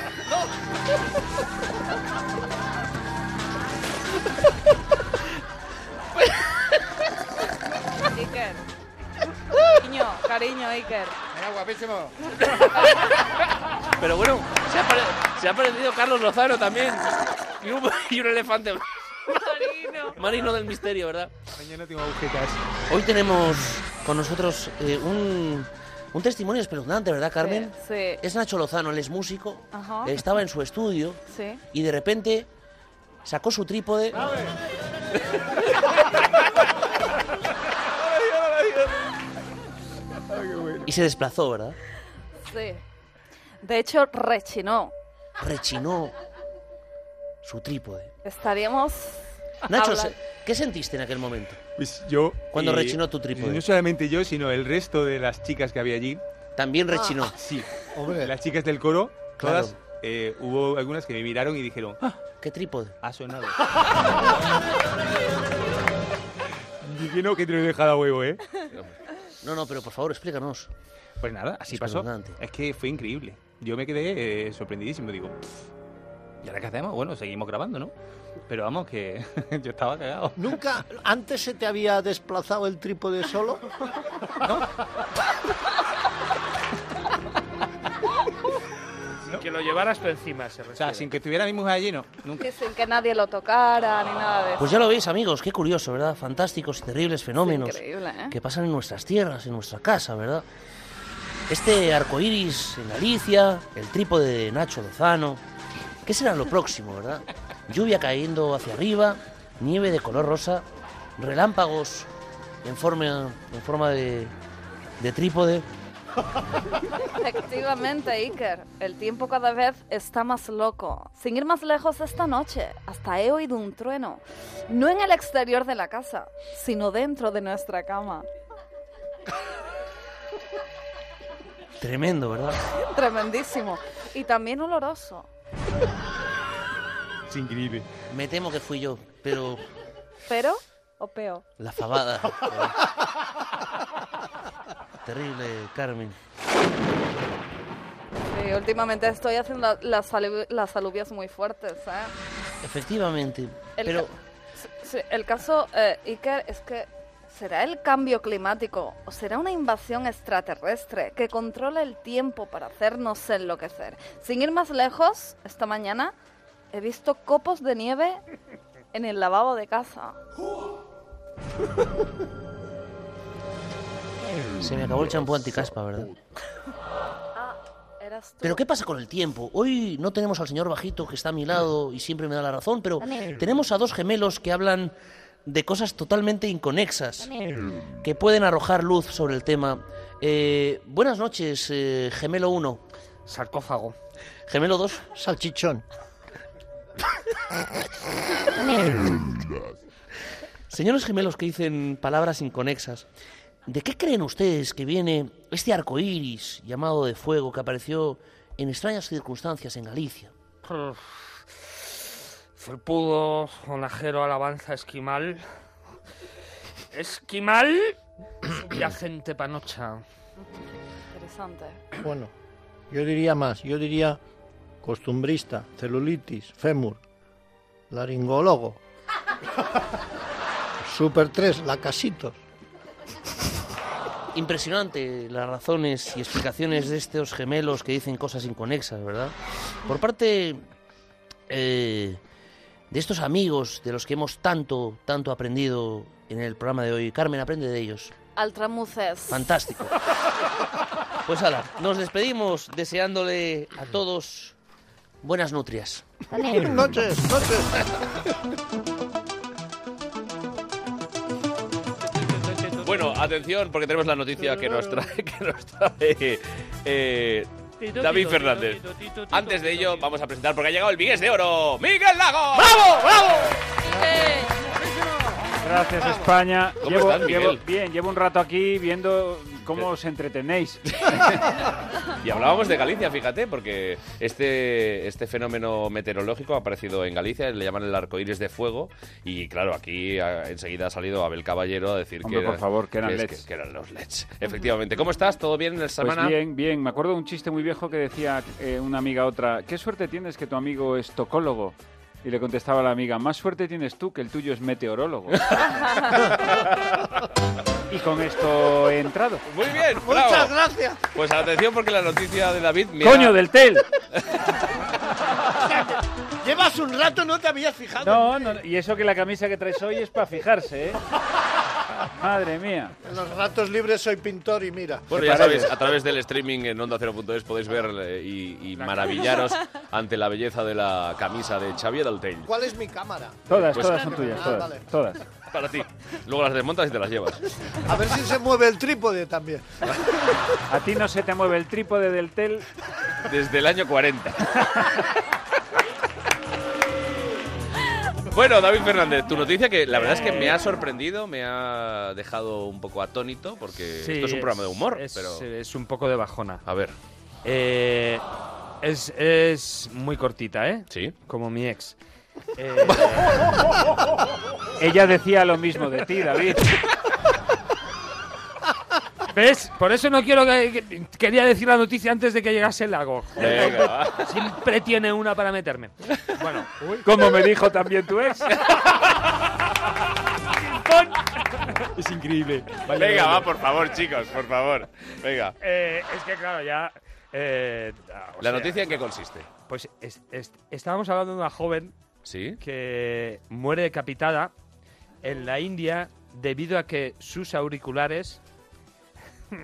S16: Iker. Cariño, cariño, Iker.
S6: Mira, guapísimo.
S1: Pero bueno, se ha, pare- se ha parecido Carlos Lozano también. Y un, y un elefante
S17: Marino. Marino del misterio, ¿verdad?
S3: Mañana tengo agujetas.
S17: Hoy tenemos con nosotros eh, un, un testimonio espeluznante, ¿verdad, Carmen?
S16: Sí.
S17: Es Nacho Lozano, él es músico,
S16: Ajá.
S17: estaba en su estudio
S16: Sí.
S17: y de repente sacó su trípode. y se desplazó, ¿verdad?
S16: Sí. De hecho, rechinó.
S17: Rechinó su trípode.
S16: Estaríamos.
S17: Nacho,
S16: habla-
S17: se- ¿qué sentiste en aquel momento?
S3: Pues yo.
S17: Cuando
S3: y-
S17: rechinó tu trípode.
S3: No solamente yo, sino el resto de las chicas que había allí. Ah,
S17: También rechinó.
S3: Sí.
S11: Hombre.
S3: Las chicas del coro,
S17: Claro.
S3: todas. eh, hubo algunas que me miraron y dijeron: ¡Ah!
S17: ¿Qué trípode?
S3: Ha sonado. Dije, no, que te lo he dejado a huevo, ¿eh? No, no, pero por favor, explícanos. Pues nada, así pasó. Es que fue increíble. Yo me quedé eh, sorprendidísimo. Digo, "Pff, ¿y ahora qué hacemos? Bueno, seguimos grabando, ¿no? Pero vamos, que yo estaba cagado.
S11: ¿Nunca antes se te había desplazado el trípode solo?
S8: Que lo llevaras tú encima, se
S3: O sea, sin que estuviera mi mujer allí, no. Nunca.
S16: Que sin que nadie lo tocara ni nada de eso.
S17: Pues ya lo veis, amigos, qué curioso, ¿verdad? Fantásticos y terribles fenómenos
S16: increíble, ¿eh?
S17: que pasan en nuestras tierras, en nuestra casa, ¿verdad? Este arcoíris en Galicia, el trípode de Nacho Lozano. ¿Qué será lo próximo, verdad? Lluvia cayendo hacia arriba, nieve de color rosa, relámpagos en forma, en forma de, de trípode.
S16: Efectivamente, Iker, el tiempo cada vez está más loco. Sin ir más lejos esta noche, hasta he oído un trueno. No en el exterior de la casa, sino dentro de nuestra cama.
S17: Tremendo, ¿verdad?
S16: Tremendísimo. Y también oloroso.
S17: Es increíble. Me temo que fui yo, pero
S16: ¿Pero o peo?
S17: la fabada. Terrible, Carmen.
S16: Sí, últimamente estoy haciendo la- las, alu- las alubias muy fuertes, ¿eh?
S17: Efectivamente.
S16: El
S17: pero
S16: ca- sí, el caso, eh, Iker, es que será el cambio climático o será una invasión extraterrestre que controla el tiempo para hacernos enloquecer. Sin ir más lejos, esta mañana he visto copos de nieve en el lavabo de casa.
S17: se me acabó el champú anticaspa, ¿verdad?
S16: Eras
S17: Pero ¿qué pasa con el tiempo? Hoy no tenemos al señor bajito que está a mi lado y siempre me da la razón, pero
S16: Amén.
S17: tenemos a dos gemelos que hablan de cosas totalmente inconexas que pueden arrojar luz sobre el tema. Eh, buenas noches, eh, gemelo 1. Sarcófago. Gemelo 2. Salchichón. Señores gemelos que dicen palabras inconexas, ¿de qué creen ustedes que viene este arco iris llamado de fuego que apareció en extrañas circunstancias en Galicia?
S8: Felpudo, onajero, alabanza, esquimal. Esquimal, subyacente panocha.
S16: Interesante.
S11: Bueno, yo diría más, yo diría costumbrista, celulitis, fémur, laringólogo, super 3, lacasitos.
S17: Impresionante las razones y explicaciones de estos gemelos que dicen cosas inconexas, ¿verdad? Por parte eh, de estos amigos de los que hemos tanto, tanto aprendido en el programa de hoy. Carmen, aprende de ellos.
S16: Altramuces.
S17: Fantástico. Pues ala, nos despedimos deseándole a todos buenas nutrias.
S11: Noches, noches.
S1: Bueno, atención, porque tenemos la noticia que nos trae, que nos trae, eh,
S8: Tito,
S1: David
S8: tito,
S1: Fernández.
S8: tito, tito, tito,
S1: Antes de ello, vamos a presentar, porque ha llegado el Vigués de Oro, Miguel Lago.
S8: ¡Bravo, bravo!
S12: Gracias, España.
S1: ¿Cómo
S12: llevo,
S1: estás, Miguel?
S12: llevo- bien, llevo un rato aquí viendo cómo os entretenéis.
S1: Y hablábamos de Galicia, fíjate, porque este, este fenómeno meteorológico ha aparecido en Galicia, le llaman el arco iris de fuego, y claro, aquí ha- enseguida ha salido Abel Caballero a decir
S12: Hombre,
S1: que,
S12: por favor, que eran
S1: es-
S12: leds.
S1: que eran los LEDs. Efectivamente. ¿Cómo estás? ¿Todo bien en la
S12: Pues
S1: semana?
S12: bien, bien. Me acuerdo de un chiste muy viejo que decía eh, una amiga a otra, ¿qué suerte tienes que tu amigo es tocólogo? Y le contestaba la amiga, más suerte tienes tú que el tuyo es meteorólogo. y con esto he entrado.
S1: Muy bien, bravo.
S11: Muchas gracias.
S1: Pues atención porque la noticia de David... mira-
S12: ¡Coño del TEL!
S11: Llevas un rato, no te habías fijado.
S12: No, no, y eso que la camisa que traes hoy es para fijarse, ¿eh? Madre mía.
S11: En los ratos libres soy pintor y mira.
S8: Pues
S1: Bueno, ya sabéis, a través del streaming en onda Cero.es podéis ver eh, y, y maravillaros ante la belleza de la camisa de Xavier Altell.
S11: ¿Cuál es mi cámara?
S12: Todas,
S1: Pues-
S12: todas son tuyas,
S11: Ah,
S12: todas,
S11: vale.
S12: todas.
S1: Para ti. Luego las desmontas y te las llevas.
S11: A ver si se mueve el trípode también.
S12: A ti no se te mueve el trípode del TEL.
S1: Desde el año 40. Bueno, David Fernández, tu noticia que la verdad es que me
S8: Eh.
S1: ha sorprendido, me ha dejado un poco atónito, porque
S8: Sí,
S1: esto es un programa de humor,
S8: es-
S1: pero...
S8: Es un poco de bajona. Eh,
S1: A ver.
S8: es, es muy cortita, ¿eh?
S1: Sí.
S8: Como mi ex. Eh,
S12: Ella decía lo mismo de ti, David.
S8: ¿Ves? Por eso no quiero que, que- Quería decir la noticia antes de que llegase el lago.
S1: Venga, va.
S8: Siempre tiene una para meterme. Bueno.
S12: Como me dijo también tu ex.
S1: Es increíble. Venga, va, por favor, chicos, por favor. Venga.
S8: Eh, es que claro, ya... eh, ah, o
S1: ¿La
S8: sea,
S1: noticia en qué consiste?
S8: Pues es- es- estábamos hablando de una joven que muere decapitada en la India debido a que sus auriculares...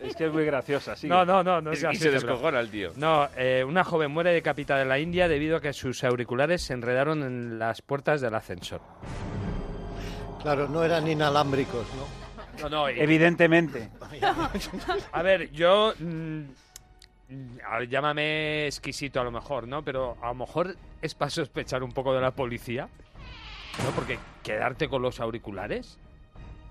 S12: Es que es muy graciosa, sí.
S8: No, no, no, no
S1: Y-
S8: es
S1: y
S8: gracioso,
S1: se
S8: pero-
S1: descojona el tío.
S8: No, eh, una joven muere decapitada en la India debido a que sus auriculares se enredaron en las puertas del ascensor.
S11: Claro, no eran inalámbricos, ¿no?
S8: No, no, y-
S12: Evidentemente.
S8: A ver, yo. mm, mm, a ver, llámame exquisito a lo mejor, ¿no? Pero a lo mejor es para sospechar un poco de la policía. ¿No? Porque quedarte con los auriculares.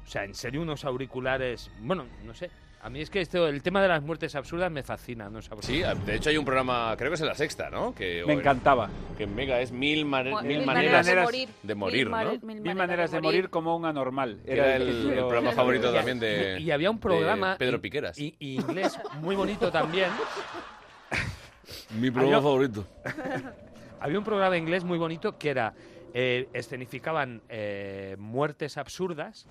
S8: O sea, en serio, unos auriculares. Bueno, no sé. A mí es que esto, el tema de las muertes absurdas me fascina, no sé por qué.
S1: Sí, ah, de hecho hay un programa, creo que es en la sexta, ¿no? Que,
S12: Me
S1: o-
S12: encantaba.
S1: Que en Mega es mil, ma-
S12: Mu-
S1: mil
S12: mil
S1: maneras,
S12: maneras de
S1: de
S12: morir.
S1: morir, ¿no?
S12: Mil maneras de morir como un anormal.
S1: Que Era el, el
S12: título.
S1: programa favorito también de.
S8: y- y había un
S1: de
S8: programa
S1: Pedro Piqueras.
S8: Y, y inglés muy bonito también.
S13: Mi programa
S8: Había-
S13: favorito.
S8: Había un programa inglés muy bonito que era. eh, escenificaban eh, muertes absurdas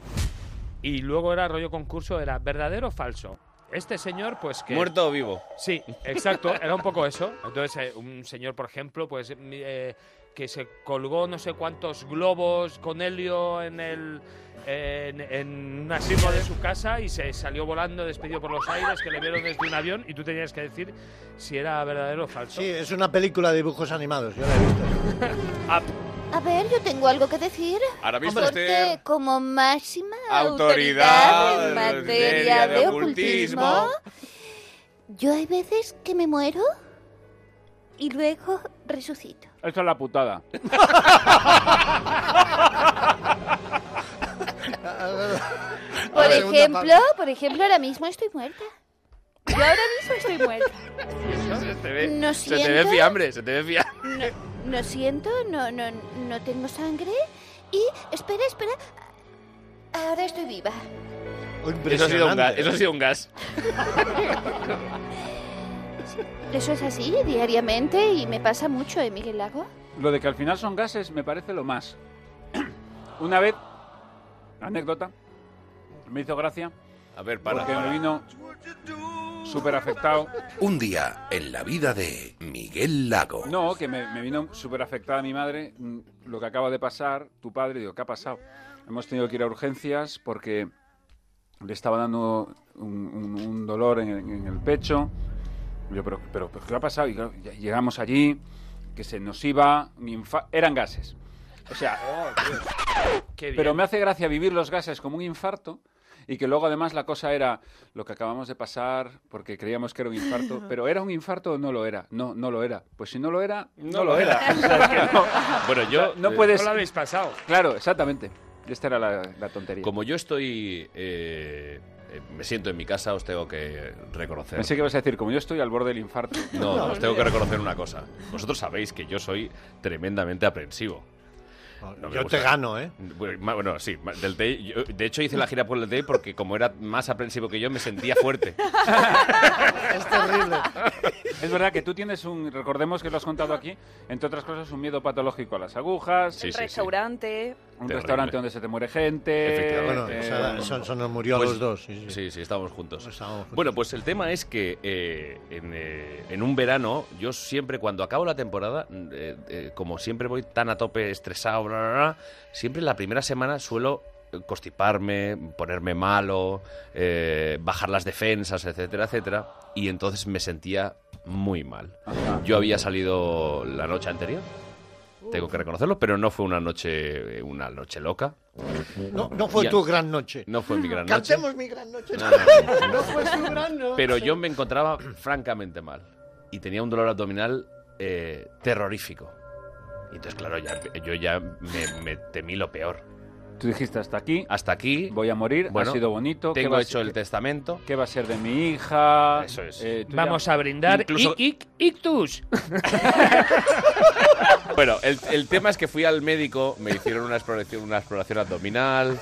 S8: y luego era rollo concurso, era verdadero o falso. Este señor, pues que.
S1: ¿Muerto o vivo?
S8: Sí, exacto, era un poco eso. Entonces, eh, un señor, por ejemplo, pues mi- eh, que se colgó no sé cuántos globos con helio en el en, en un asilo de su casa y se salió volando, despedido por los aires, que le vieron desde un avión y tú tenías que decir si era verdadero o falso.
S11: Sí, es una película de dibujos animados, yo la he visto.
S4: A ver, yo tengo algo que decir.
S1: Ahora mismo
S4: Porque
S1: usted-
S4: como máxima autoridad,
S1: Autoridad
S4: en materia de,
S1: de
S4: ocultismo, yo hay veces que me muero y luego resucito.
S12: Esto es la putada.
S4: Por
S12: ver, segunda
S4: ejemplo, por ejemplo, ahora mismo estoy muerta. Yo ahora mismo estoy muerta.
S1: Se te ve,
S4: No
S1: se te ve
S4: siento.
S1: fiambre, se te ve fiambre.
S4: No, no siento, no, no, no tengo sangre y espera, espera. Ahora estoy viva.
S1: Eso ha sido un gas. Eso ha sido un gas.
S4: Eso es así diariamente y me pasa mucho, ¿eh, Miguel Lago?
S12: Lo de que al final son gases me parece lo más. Una vez, anécdota, me hizo gracia.
S1: A ver, para,
S12: Porque
S1: para.
S12: me vino súper afectado.
S5: Un día en la vida de Miguel Lago.
S12: No, que me, me vino súper afectada mi madre. mm, Lo que acaba de pasar, tu padre, digo, ¿qué ha pasado? Hemos tenido que ir a urgencias porque le estaba dando un, un- un dolor en, el- en el pecho. Yo, pero, pero, pero ¿qué le ha pasado? Y claro, ya llegamos allí, que se nos iba, un infa- eran gases. O sea,
S8: Qué bien.
S12: pero me hace gracia vivir los gases como un infarto y que luego además la cosa era lo que acabamos de pasar porque creíamos que era un infarto, pero ¿era un infarto o no lo era? No, no lo era. Pues si no lo era, no, lo era. O sea, es que no.
S1: Bueno, yo-
S12: O sea, no
S1: eh,
S12: puedes...
S1: no lo
S8: habéis pasado.
S12: Claro, exactamente. Esta era la, la tontería.
S1: Como yo estoy. eh, eh, me siento en mi casa, os tengo que reconocer.
S12: Pensé que ibas a decir, como yo estoy al borde del infarto.
S1: No, no, os tengo que reconocer una cosa. Vosotros sabéis que yo soy tremendamente aprensivo. No me
S11: yo
S1: gusta.
S11: te gano, ¿eh?
S1: Bueno, ma- bueno, sí. ma- Del Tei, yo- de hecho, hice la gira por el Tei porque como era más aprensivo que yo, me sentía fuerte.
S11: Es terrible.
S12: Es verdad que tú tienes un, recordemos que lo has contado aquí, entre otras cosas, un miedo patológico a las agujas,
S1: Sí,
S16: Restaurante.
S12: un
S1: Terrible.
S12: restaurante donde se te muere gente.
S11: Bueno,
S12: eh,
S11: o sea, eso, eso nos murió
S1: Pues-
S11: a los dos. Sí, sí.
S1: Sí, sí, estábamos juntos.
S11: Estábamos juntos.
S1: Bueno, pues el tema es que eh, en, eh, en un verano, yo siempre, cuando acabo la temporada, mm, eh, eh, como siempre voy tan a tope, estresado, bla, bla, bla, siempre la primera semana suelo eh, constiparme, ponerme malo, eh, bajar las defensas, etcétera, etcétera. Y entonces me sentía muy mal. Yo había salido la noche anterior, tengo que reconocerlo, pero no fue una noche, eh, una noche loca.
S11: No, no fue
S1: Ya.
S11: tu gran noche.
S1: No fue mi gran noche.
S11: Cantemos mi gran noche.
S1: No, no, no.
S11: No fue tu gran noche.
S1: Pero yo me encontraba francamente mal. Y tenía un dolor abdominal eh, terrorífico. Y entonces, claro, ya, yo ya me, me temí lo peor.
S12: Tú dijiste hasta aquí,
S1: Hasta aquí.
S12: voy a morir,
S1: Bueno,
S12: ha sido bonito. ¿qué
S1: Tengo
S12: va a
S1: hecho
S12: ser?
S1: el testamento.
S12: ¿Qué va a ser de mi hija? eh,
S1: Eso es.
S8: Vamos a brindar.
S1: Incluso-
S8: Ic, ic, ictus.
S1: Bueno, el, el tema es que fui al médico, me hicieron una exploración, una exploración abdominal.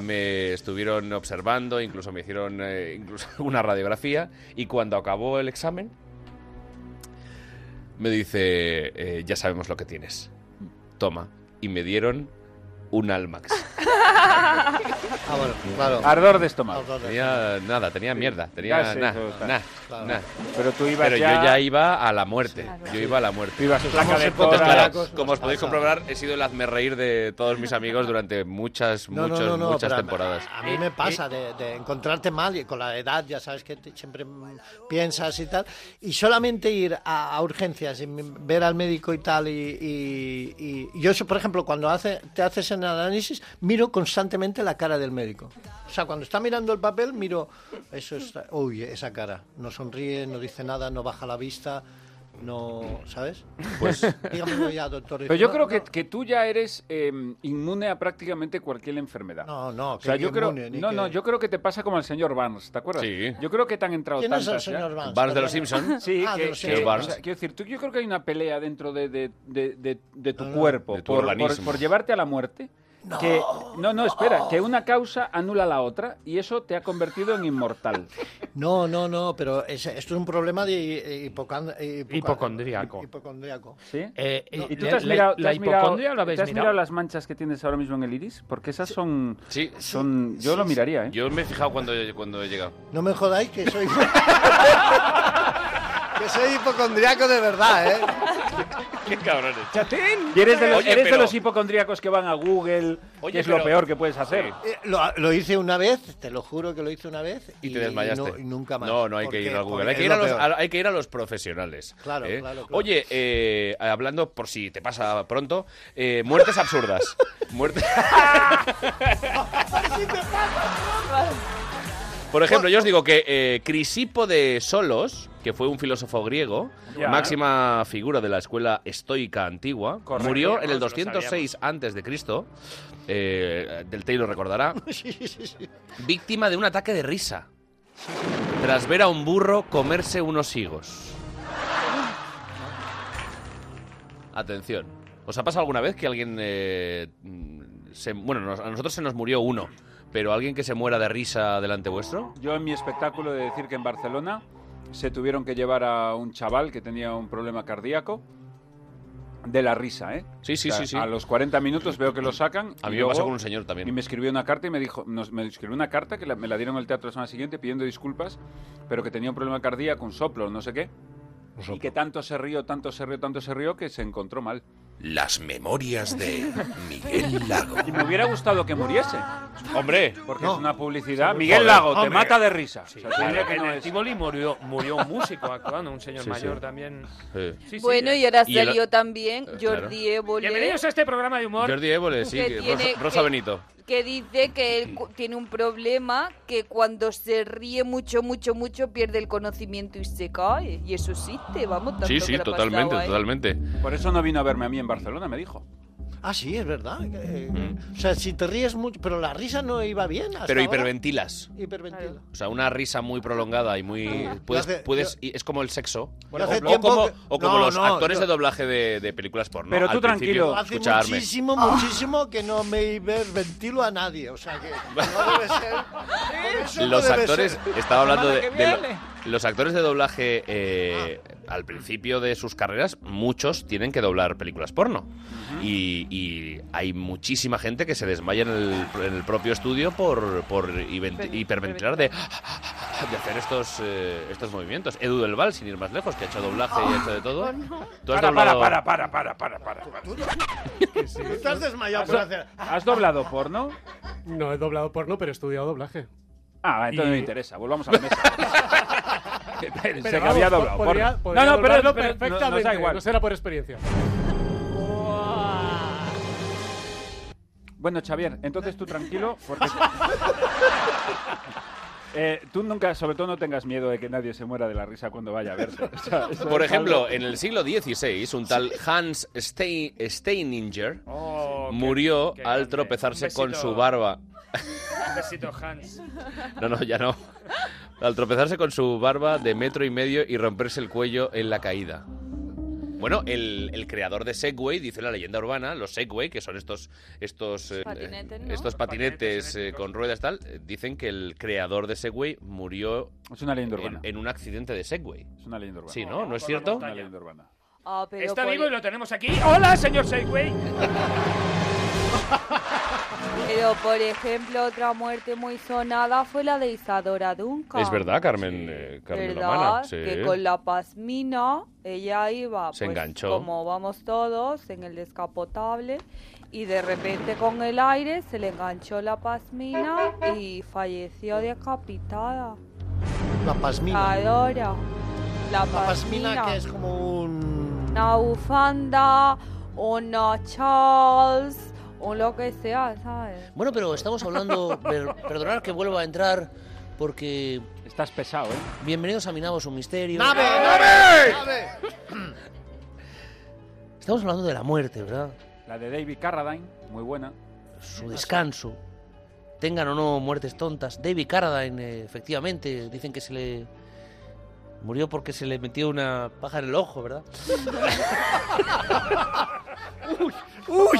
S1: me estuvieron observando, incluso me hicieron eh, incluso una radiografía y cuando acabó el examen me dice, eh, ya sabemos lo que tienes, toma. Y me dieron un Almax.
S11: Ah, bueno, claro.
S12: Ardor de estómago.
S1: Tenía nada, tenía mierda, tenía
S12: Gases,
S1: nada,
S12: todo está.
S1: nada,
S12: Claro.
S1: nada.
S12: Pero tú ibas
S1: Pero
S12: ya-
S1: yo ya iba a la muerte, yo iba a la muerte.
S12: Ibas
S1: Entonces,
S12: placa de
S1: entonces,
S12: cola,
S1: claro,
S12: cosas
S1: como os podéis
S12: pasan.
S1: comprobar, he sido el hazme reír de todos mis amigos durante muchas,
S11: No, no,
S1: muchas,
S11: no, no,
S1: muchas
S11: pero a-
S1: temporadas. Eh,
S11: A mí me pasa de, de encontrarte mal y con la edad, ya sabes que te- siempre mm, piensas y tal. Y solamente ir a, a urgencias y mm, ver al médico y tal. Y, y- y yo, eso, por ejemplo, cuando hace, te haces el análisis, miro constantemente la cara del médico. O sea, cuando está mirando el papel, miro, eso es, uy, esa cara. No sonríe, no dice nada, no baja la vista. No, ¿sabes?
S1: Pues-
S11: dígamelo ya, doctor.
S12: Pero yo
S11: No,
S12: creo
S11: no.
S12: que, que tú ya eres eh, inmune a prácticamente cualquier enfermedad.
S11: No, no,
S12: O sea,
S11: que
S12: yo creo,
S11: inmune, ni
S12: no,
S11: que-
S12: no, yo creo que te pasa como al señor Barnes, ¿te acuerdas?
S1: Sí.
S12: Yo creo que te han entrado
S11: ¿Quién es el
S12: tantas ya.
S11: señor Barnes?
S1: Barnes de los Simpson.
S12: Sí,
S11: Ah, de
S12: que-
S11: los
S12: que-
S1: Simpson.
S12: o sea,
S1: Barnes.
S12: quiero decir, tú, yo creo que hay una pelea dentro de, de- de- de- de tu
S1: No, no.
S12: cuerpo
S1: De tu
S12: por, por-
S1: organismo.
S12: por llevarte a la muerte.
S11: No.
S12: que, no, no, espera, que una causa anula la otra y eso te ha convertido en inmortal.
S11: No, no, no, pero es- esto es un problema de hi- hipocan- eh, hipoca-
S8: Hipocondríaco.
S11: hipocondríaco.
S12: ¿Sí?
S8: Eh, eh,
S12: ¿Y tú
S8: la-
S12: te has
S8: la-
S12: mirado, te
S8: la
S12: has mirado-
S8: hipocondria la habéis
S12: te has
S8: mirado?
S12: mirado las manchas que tienes ahora mismo en el iris? Porque esas son... son yo lo miraría, ¿eh?
S1: Yo me he fijado cuando, cuando he llegado.
S11: No me jodáis que soy... que soy hipocondríaco de verdad, ¿eh?
S1: ¡Qué cabrones!
S12: ¡Chatín! Y eres de los,
S1: Oye,
S12: eres
S1: pero-
S12: de los hipocondríacos que van a Google,
S1: Oye,
S12: que es
S1: pero-
S12: lo peor que puedes hacer.
S11: Eh, Lo, lo hice una vez, te lo juro que lo hice una vez.
S1: Y te desmayaste.
S11: no- y nunca más.
S1: No, no hay que
S11: Porque-
S1: ir a Google.
S11: porque
S1: Hay que
S11: es
S1: ir a
S11: lo
S1: los,
S11: peor.
S1: a- hay que ir a los profesionales.
S11: Claro,
S1: ¿eh?
S11: claro, claro.
S1: Oye, eh, hablando, por si te pasa pronto, eh, muertes absurdas. muertes... Por ejemplo, yo os digo que eh, Crisipo de Solos, que fue un filósofo griego,
S8: Ya.
S1: máxima figura de la escuela estoica antigua,
S8: Correcto,
S1: murió en el
S8: lo
S1: 206 antes de Cristo. eh, Del Tey lo recordará.
S11: Sí, sí, sí, sí.
S1: víctima de un ataque de risa tras ver a un burro comerse unos higos. Atención. ¿Os ha pasado alguna vez que alguien... eh, mm, se- bueno, nos- a nosotros se nos murió uno, pero alguien que se muera de risa delante vuestro?
S12: Yo en mi espectáculo de decir que en Barcelona se tuvieron que llevar a un chaval que tenía un problema cardíaco de la risa, ¿eh?
S1: Sí, sí, sí, sí.
S12: A los 40 minutos veo que lo sacan.
S1: A
S12: y
S1: mí me
S12: luego-
S1: pasó con un señor también.
S12: Y me escribió una carta y me dijo, nos- me escribió una carta que la- me la dieron en el teatro la semana siguiente pidiendo disculpas, pero que tenía un problema cardíaco, un soplo, no sé qué. Y que tanto se rió, tanto se rió, tanto se rió que se encontró mal.
S5: Las memorias de Miguel Lago.
S12: Y me hubiera gustado que muriese.
S1: Hombre,
S12: Porque
S8: No.
S12: es una publicidad.
S8: Sí,
S12: Ah, Miguel
S8: joder,
S12: Lago, te
S8: hombre.
S12: mata de risa. O sea, te diría
S8: Claro,
S12: que
S8: en
S12: no
S8: el
S12: es-
S8: Tivoli murió, murió un músico actuando, un señor
S1: Sí,
S8: mayor
S1: sí.
S8: también.
S1: Sí.
S8: Sí, sí,
S16: Bueno,
S8: eh.
S16: y ahora
S1: Y el-
S16: salió también
S1: Eh,
S16: Jordi Évole,
S8: Bienvenidos a este programa de humor.
S1: Jordi Évole, sí.
S16: Que
S1: que-
S16: tiene
S1: Rosa, Rosa
S16: que-
S1: Benito.
S16: que dice que él cu- tiene un problema que cuando se ríe mucho, mucho, mucho pierde el conocimiento y se cae. Y eso existe, vamos, tanto
S1: Sí,
S16: que
S1: sí,
S16: le ha pasado ¿eh?
S1: totalmente,
S16: a él.
S1: totalmente.
S12: Por eso no vino a verme a mí en Barcelona, me dijo.
S11: Ah, sí, es verdad. Eh, O sea, si te ríes mucho, pero la risa no iba bien. hasta
S1: Mm. Pero
S11: ahora.
S1: hiperventilas.
S11: Hiperventila.
S1: O sea, una risa muy prolongada y muy...
S11: Yo
S1: Puedes,
S11: hace-
S1: puedes, y es como el sexo.
S11: Yo
S1: o,
S11: hace
S1: o
S11: tiempo
S1: como,
S11: que-
S1: o como
S11: No,
S1: los
S11: no,
S1: actores
S11: yo-
S1: de doblaje de, de películas porno.
S12: Pero tú
S1: Al principio,
S12: tranquilo.
S11: Hace
S1: Escucharme.
S11: muchísimo, muchísimo que no me hiperventilo a nadie. O sea, que no debe ser. por eso no
S1: los
S11: debe
S1: actores
S11: ser.
S1: estaba hablando
S11: Semana
S1: de,
S11: que
S1: de lo-
S11: viene.
S1: los actores de doblaje eh, al principio de sus carreras muchos tienen que doblar películas porno y, y hay muchísima gente que se desmaya en el, en el propio estudio por, por hiven- hiperventilar de, de hacer estos eh, estos movimientos Edu del Val sin ir más lejos que ha hecho doblaje y ha hecho de
S5: Oh,
S1: todo ¿Tú has
S12: Para, para,
S1: doblado-
S12: para, para, para, para, para.
S11: Tú te has desmayado
S12: ¿Has,
S11: por
S12: do-
S11: hacer.
S12: has doblado porno?
S18: No he doblado porno, pero he estudiado doblaje.
S12: Ah, entonces no me
S18: Y-
S12: interesa. Volvamos a la mesa. Pensé que
S18: vamos,
S12: había doblado
S18: po- podría-
S12: porno.
S18: podría
S12: no, no, pero,
S18: doblarlo
S12: pero- no-
S18: perfectamente.
S12: nos da igual.
S18: No será por experiencia.
S12: Bueno, Xavier, entonces tú tranquilo, porque... Eh, tú nunca, sobre todo, no tengas miedo de que nadie se muera de la risa cuando vaya a verte. O sea, eso
S1: Por
S12: es
S1: ejemplo, eh,
S12: algo-
S1: en el siglo XVI, un tal Hans Stein- Steininger
S8: Oh, qué-
S1: murió
S8: qué
S1: al
S8: grande.
S1: tropezarse
S8: Un
S1: con
S8: besito-
S1: su barba.
S8: Un besito, Hans.
S1: No, no, ya no. Al tropezarse con su barba de metro y medio y romperse el cuello en la caída. Bueno, el, el creador de Segway, dice la leyenda urbana, los Segway, que son estos estos eh,
S2: Patinetes,
S1: eh,
S2: ¿no?
S1: estos patinetes eh, con ruedas tal, eh, dicen que el creador de Segway murió en, en un accidente de Segway. Es
S12: una leyenda urbana.
S1: Sí, ¿no? ¿No es cierto?
S12: Una leyenda urbana.
S6: Ah, pero
S8: Está
S6: por-
S8: vivo y lo tenemos aquí. ¡Hola, señor Segway!
S6: Pero, por ejemplo, otra muerte muy sonada fue la de Isadora Duncan.
S1: Es verdad, Carmen, eh, Carmen
S6: ¿Verdad?
S1: Lomana, sí.
S6: Que con la pasmina ella iba,
S1: Se
S6: pues,
S1: enganchó.
S6: como vamos todos, en el descapotable. Y de repente con el aire se le enganchó la pasmina y falleció decapitada.
S11: La pasmina.
S6: Adora. La
S11: La pasmina,
S6: pasmina.
S11: que es como un...
S6: Una bufanda, una Charles, o lo que sea, ¿sabes?
S17: Bueno, pero estamos hablando. per- perdonad que vuelva a entrar porque.
S12: Estás pesado, ¿eh?
S17: Bienvenidos a Minamos un Misterio.
S11: ¡Nave!
S17: ¡Nave!
S11: ¡Nave!
S17: Estamos hablando de la muerte, ¿verdad?
S12: La de David Carradine, muy buena.
S17: Su descanso. Tengan o no muertes tontas. David Carradine, eh, efectivamente, dicen que se le. Murió porque se le metió una paja en el ojo, ¿verdad?
S12: ¡Uy!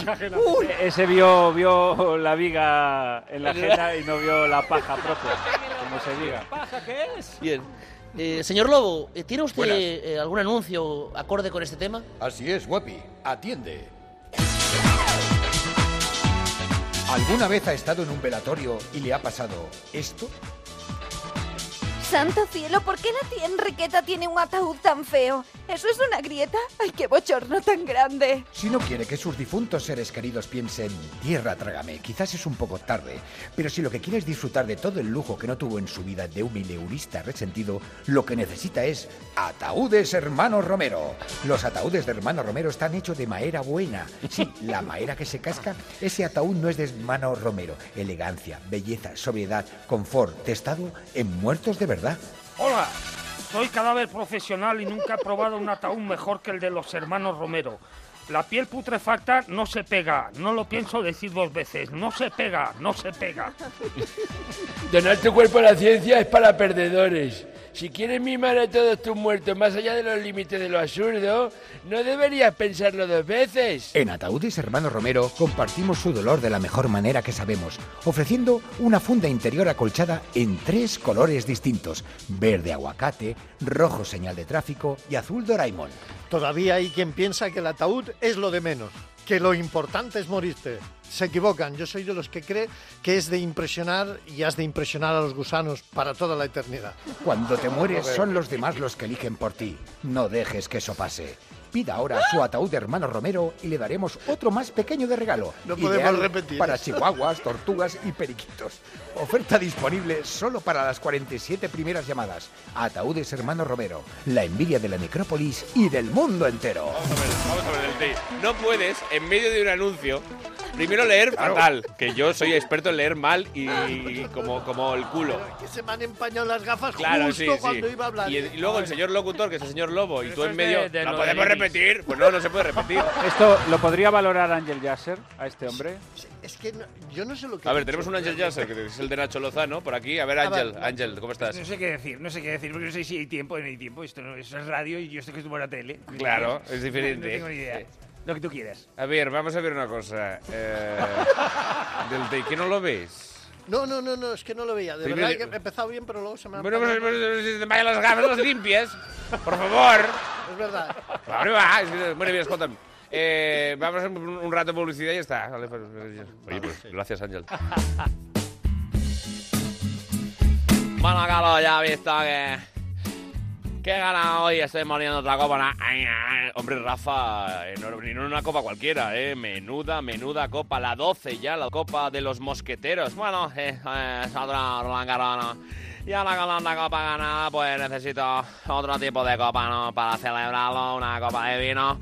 S12: Ese vio, vio la viga en la ajena y no vio la paja propia, como se diga.
S17: qué es? Bien. Eh, señor Lobo, eh, ¿tiene usted
S5: Buenas.
S17: eh, algún anuncio acorde con este tema?
S5: Así es, guapi. Atiende. ¿Alguna vez ha estado en un velatorio y le ha pasado esto?
S4: Santo cielo, ¿por qué la tía Enriqueta tiene un ataúd tan feo? ¿Eso es una grieta? ¡Ay, qué bochorno tan grande!
S5: Si no quiere que sus difuntos seres queridos piensen, tierra trágame, quizás es un poco tarde, pero si lo que quiere es disfrutar de todo el lujo que no tuvo en su vida de humileurista resentido, lo que necesita es ataúdes hermano Romero. Los ataúdes de hermano Romero están hechos de madera buena. Sí, la madera que se casca, ese ataúd no es de hermano Romero. Elegancia, belleza, sobriedad, confort, testado en muertos de verdad.
S8: Hola, soy cadáver profesional y nunca he probado un ataúd mejor que el de los hermanos Romero. La piel putrefacta no se pega, no lo pienso decir dos veces, no se pega, no se pega.
S19: Donar tu cuerpo a la ciencia es para perdedores. Si quieres mimar a todos tus muertos más allá de los límites de lo absurdo, no deberías pensarlo dos veces.
S5: En Ataúdes Hermano Romero compartimos su dolor de la mejor manera que sabemos, ofreciendo una funda interior acolchada en tres colores distintos, verde aguacate, rojo señal de tráfico y azul Doraemon.
S11: Todavía hay quien piensa que el ataúd es lo de menos, que lo importante es morirte. Se equivocan. Yo soy de los que cree que es de impresionar y has de impresionar a los gusanos para toda la eternidad.
S5: Cuando te mueres son los demás los que eligen por ti. No dejes que eso pase. Pida ahora su ataúd de hermano Romero y le daremos otro más pequeño de regalo.
S11: No podemos
S5: Ideal
S11: repetir.
S5: Para chihuahuas, tortugas y periquitos. Oferta disponible solo para las 47 primeras llamadas. Ataúdes hermano Romero. La envidia de la necrópolis y del mundo entero.
S1: Vamos a ver el té. No puedes, en medio de un anuncio, primero leer fatal, que yo soy experto en leer mal y, y como, como el culo.
S11: Que se me han empañado las gafas
S1: Claro,
S11: justo
S1: sí,
S11: cuando
S1: sí.
S11: iba a hablar.
S1: Y, el- y luego el señor locutor, que es el señor Lobo, y tú
S8: eso
S1: en
S8: es de-
S1: medio.
S8: de
S1: ¿Lo
S8: lo
S1: podemos
S8: del iris".
S1: repetir? Pues no, no se puede repetir.
S12: Esto lo podría valorar Ángel Yasser, a este hombre.
S11: Es que no- yo no sé lo que...
S1: A
S11: he
S1: ver,
S11: dicho.
S1: tenemos un Ángel Yasser, que es el de Nacho Lozano, por aquí. A ver,
S11: A ver,
S1: Ángel, Ángel, ¿cómo estás?
S20: No sé qué decir, no sé qué decir, porque no sé si hay tiempo o no hay tiempo. Esto no, eso es radio y yo estoy acostumbrado a la tele.
S1: Claro, es diferente.
S20: No, tengo ni idea. Lo que tú quieras.
S1: A ver, vamos a ver una cosa. eh, del té, ¿qué no lo ves?
S11: No, no, no, no, es que no lo veía. De
S1: Primero-
S11: verdad que he empezado bien, pero luego se me han
S1: Bueno, pues,
S11: empañado.
S1: pues, pues, si te vayan las gafas, las limpias. Por favor.
S11: Es verdad.
S1: Ahora va, es que- Bueno, bien, escúchame. Eh, vamos a un, un rato de publicidad y ya está. Vale, pues, Oye, pues gracias, Ángel. Bueno, Carlos, ya he visto que. Que he ganado hoy, estoy muriendo otra copa. na- ay, ay. Hombre, Rafa, eh, no, ni en una copa cualquiera, ¿eh? Menuda, menuda copa, la 12 ya, la copa de los mosqueteros. Bueno, eh, eh, saldrá Roland Garros, ¿no? Y ahora con la copa ganada, pues necesito otro tipo de copa, ¿no? Para celebrarlo, una copa de vino.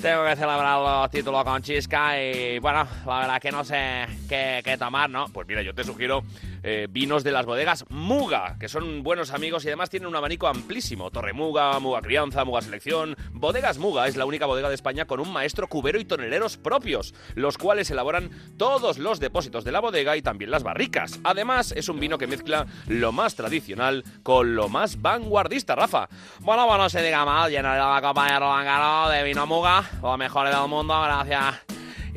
S1: Tengo que celebrar los títulos con chisca y, bueno, la verdad es que no sé qué, qué tomar, ¿no? Pues mira, yo te sugiero eh, vinos de las bodegas Muga, que son buenos amigos y además tienen un abanico amplísimo. Torre Muga, Muga Crianza, Muga Selección. Bodegas Muga es la única bodega de España con un maestro cubero y toneleros propios, los cuales elaboran todos los depósitos de la bodega y también las barricas. Además, es un vino que mezcla lo más tradicional con lo más vanguardista, Rafa. Bueno, bueno, se diga más, llenaré la copa de Roland Garros de vino Muga, los mejores del mundo, gracias.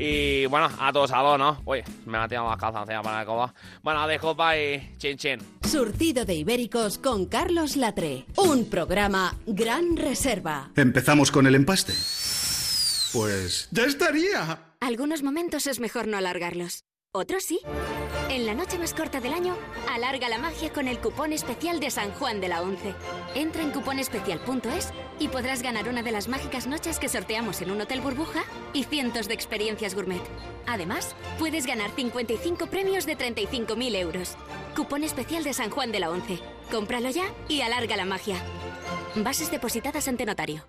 S1: Y bueno, a todos a dos, ¿no? Oye, me ha tirado las calzoncillas para la copa. Bueno, de copa y chin chin.
S2: Surtido de Ibéricos con Carlos Latre. Un programa Gran Reserva.
S21: Empezamos con el empaste. Pues
S22: ¡Ya estaría! Algunos momentos es mejor no alargarlos. Otros sí. En la noche más corta del año, alarga la magia con el cupón especial de San Juan de la Once. Entra en cuponespecial.es y podrás ganar una de las mágicas noches que sorteamos en un hotel burbuja y cientos de experiencias gourmet. Además, puedes ganar 55 premios de 35.000 euros. Cupón especial de San Juan de la Once. Cómpralo ya y alarga la magia. Bases depositadas ante notario.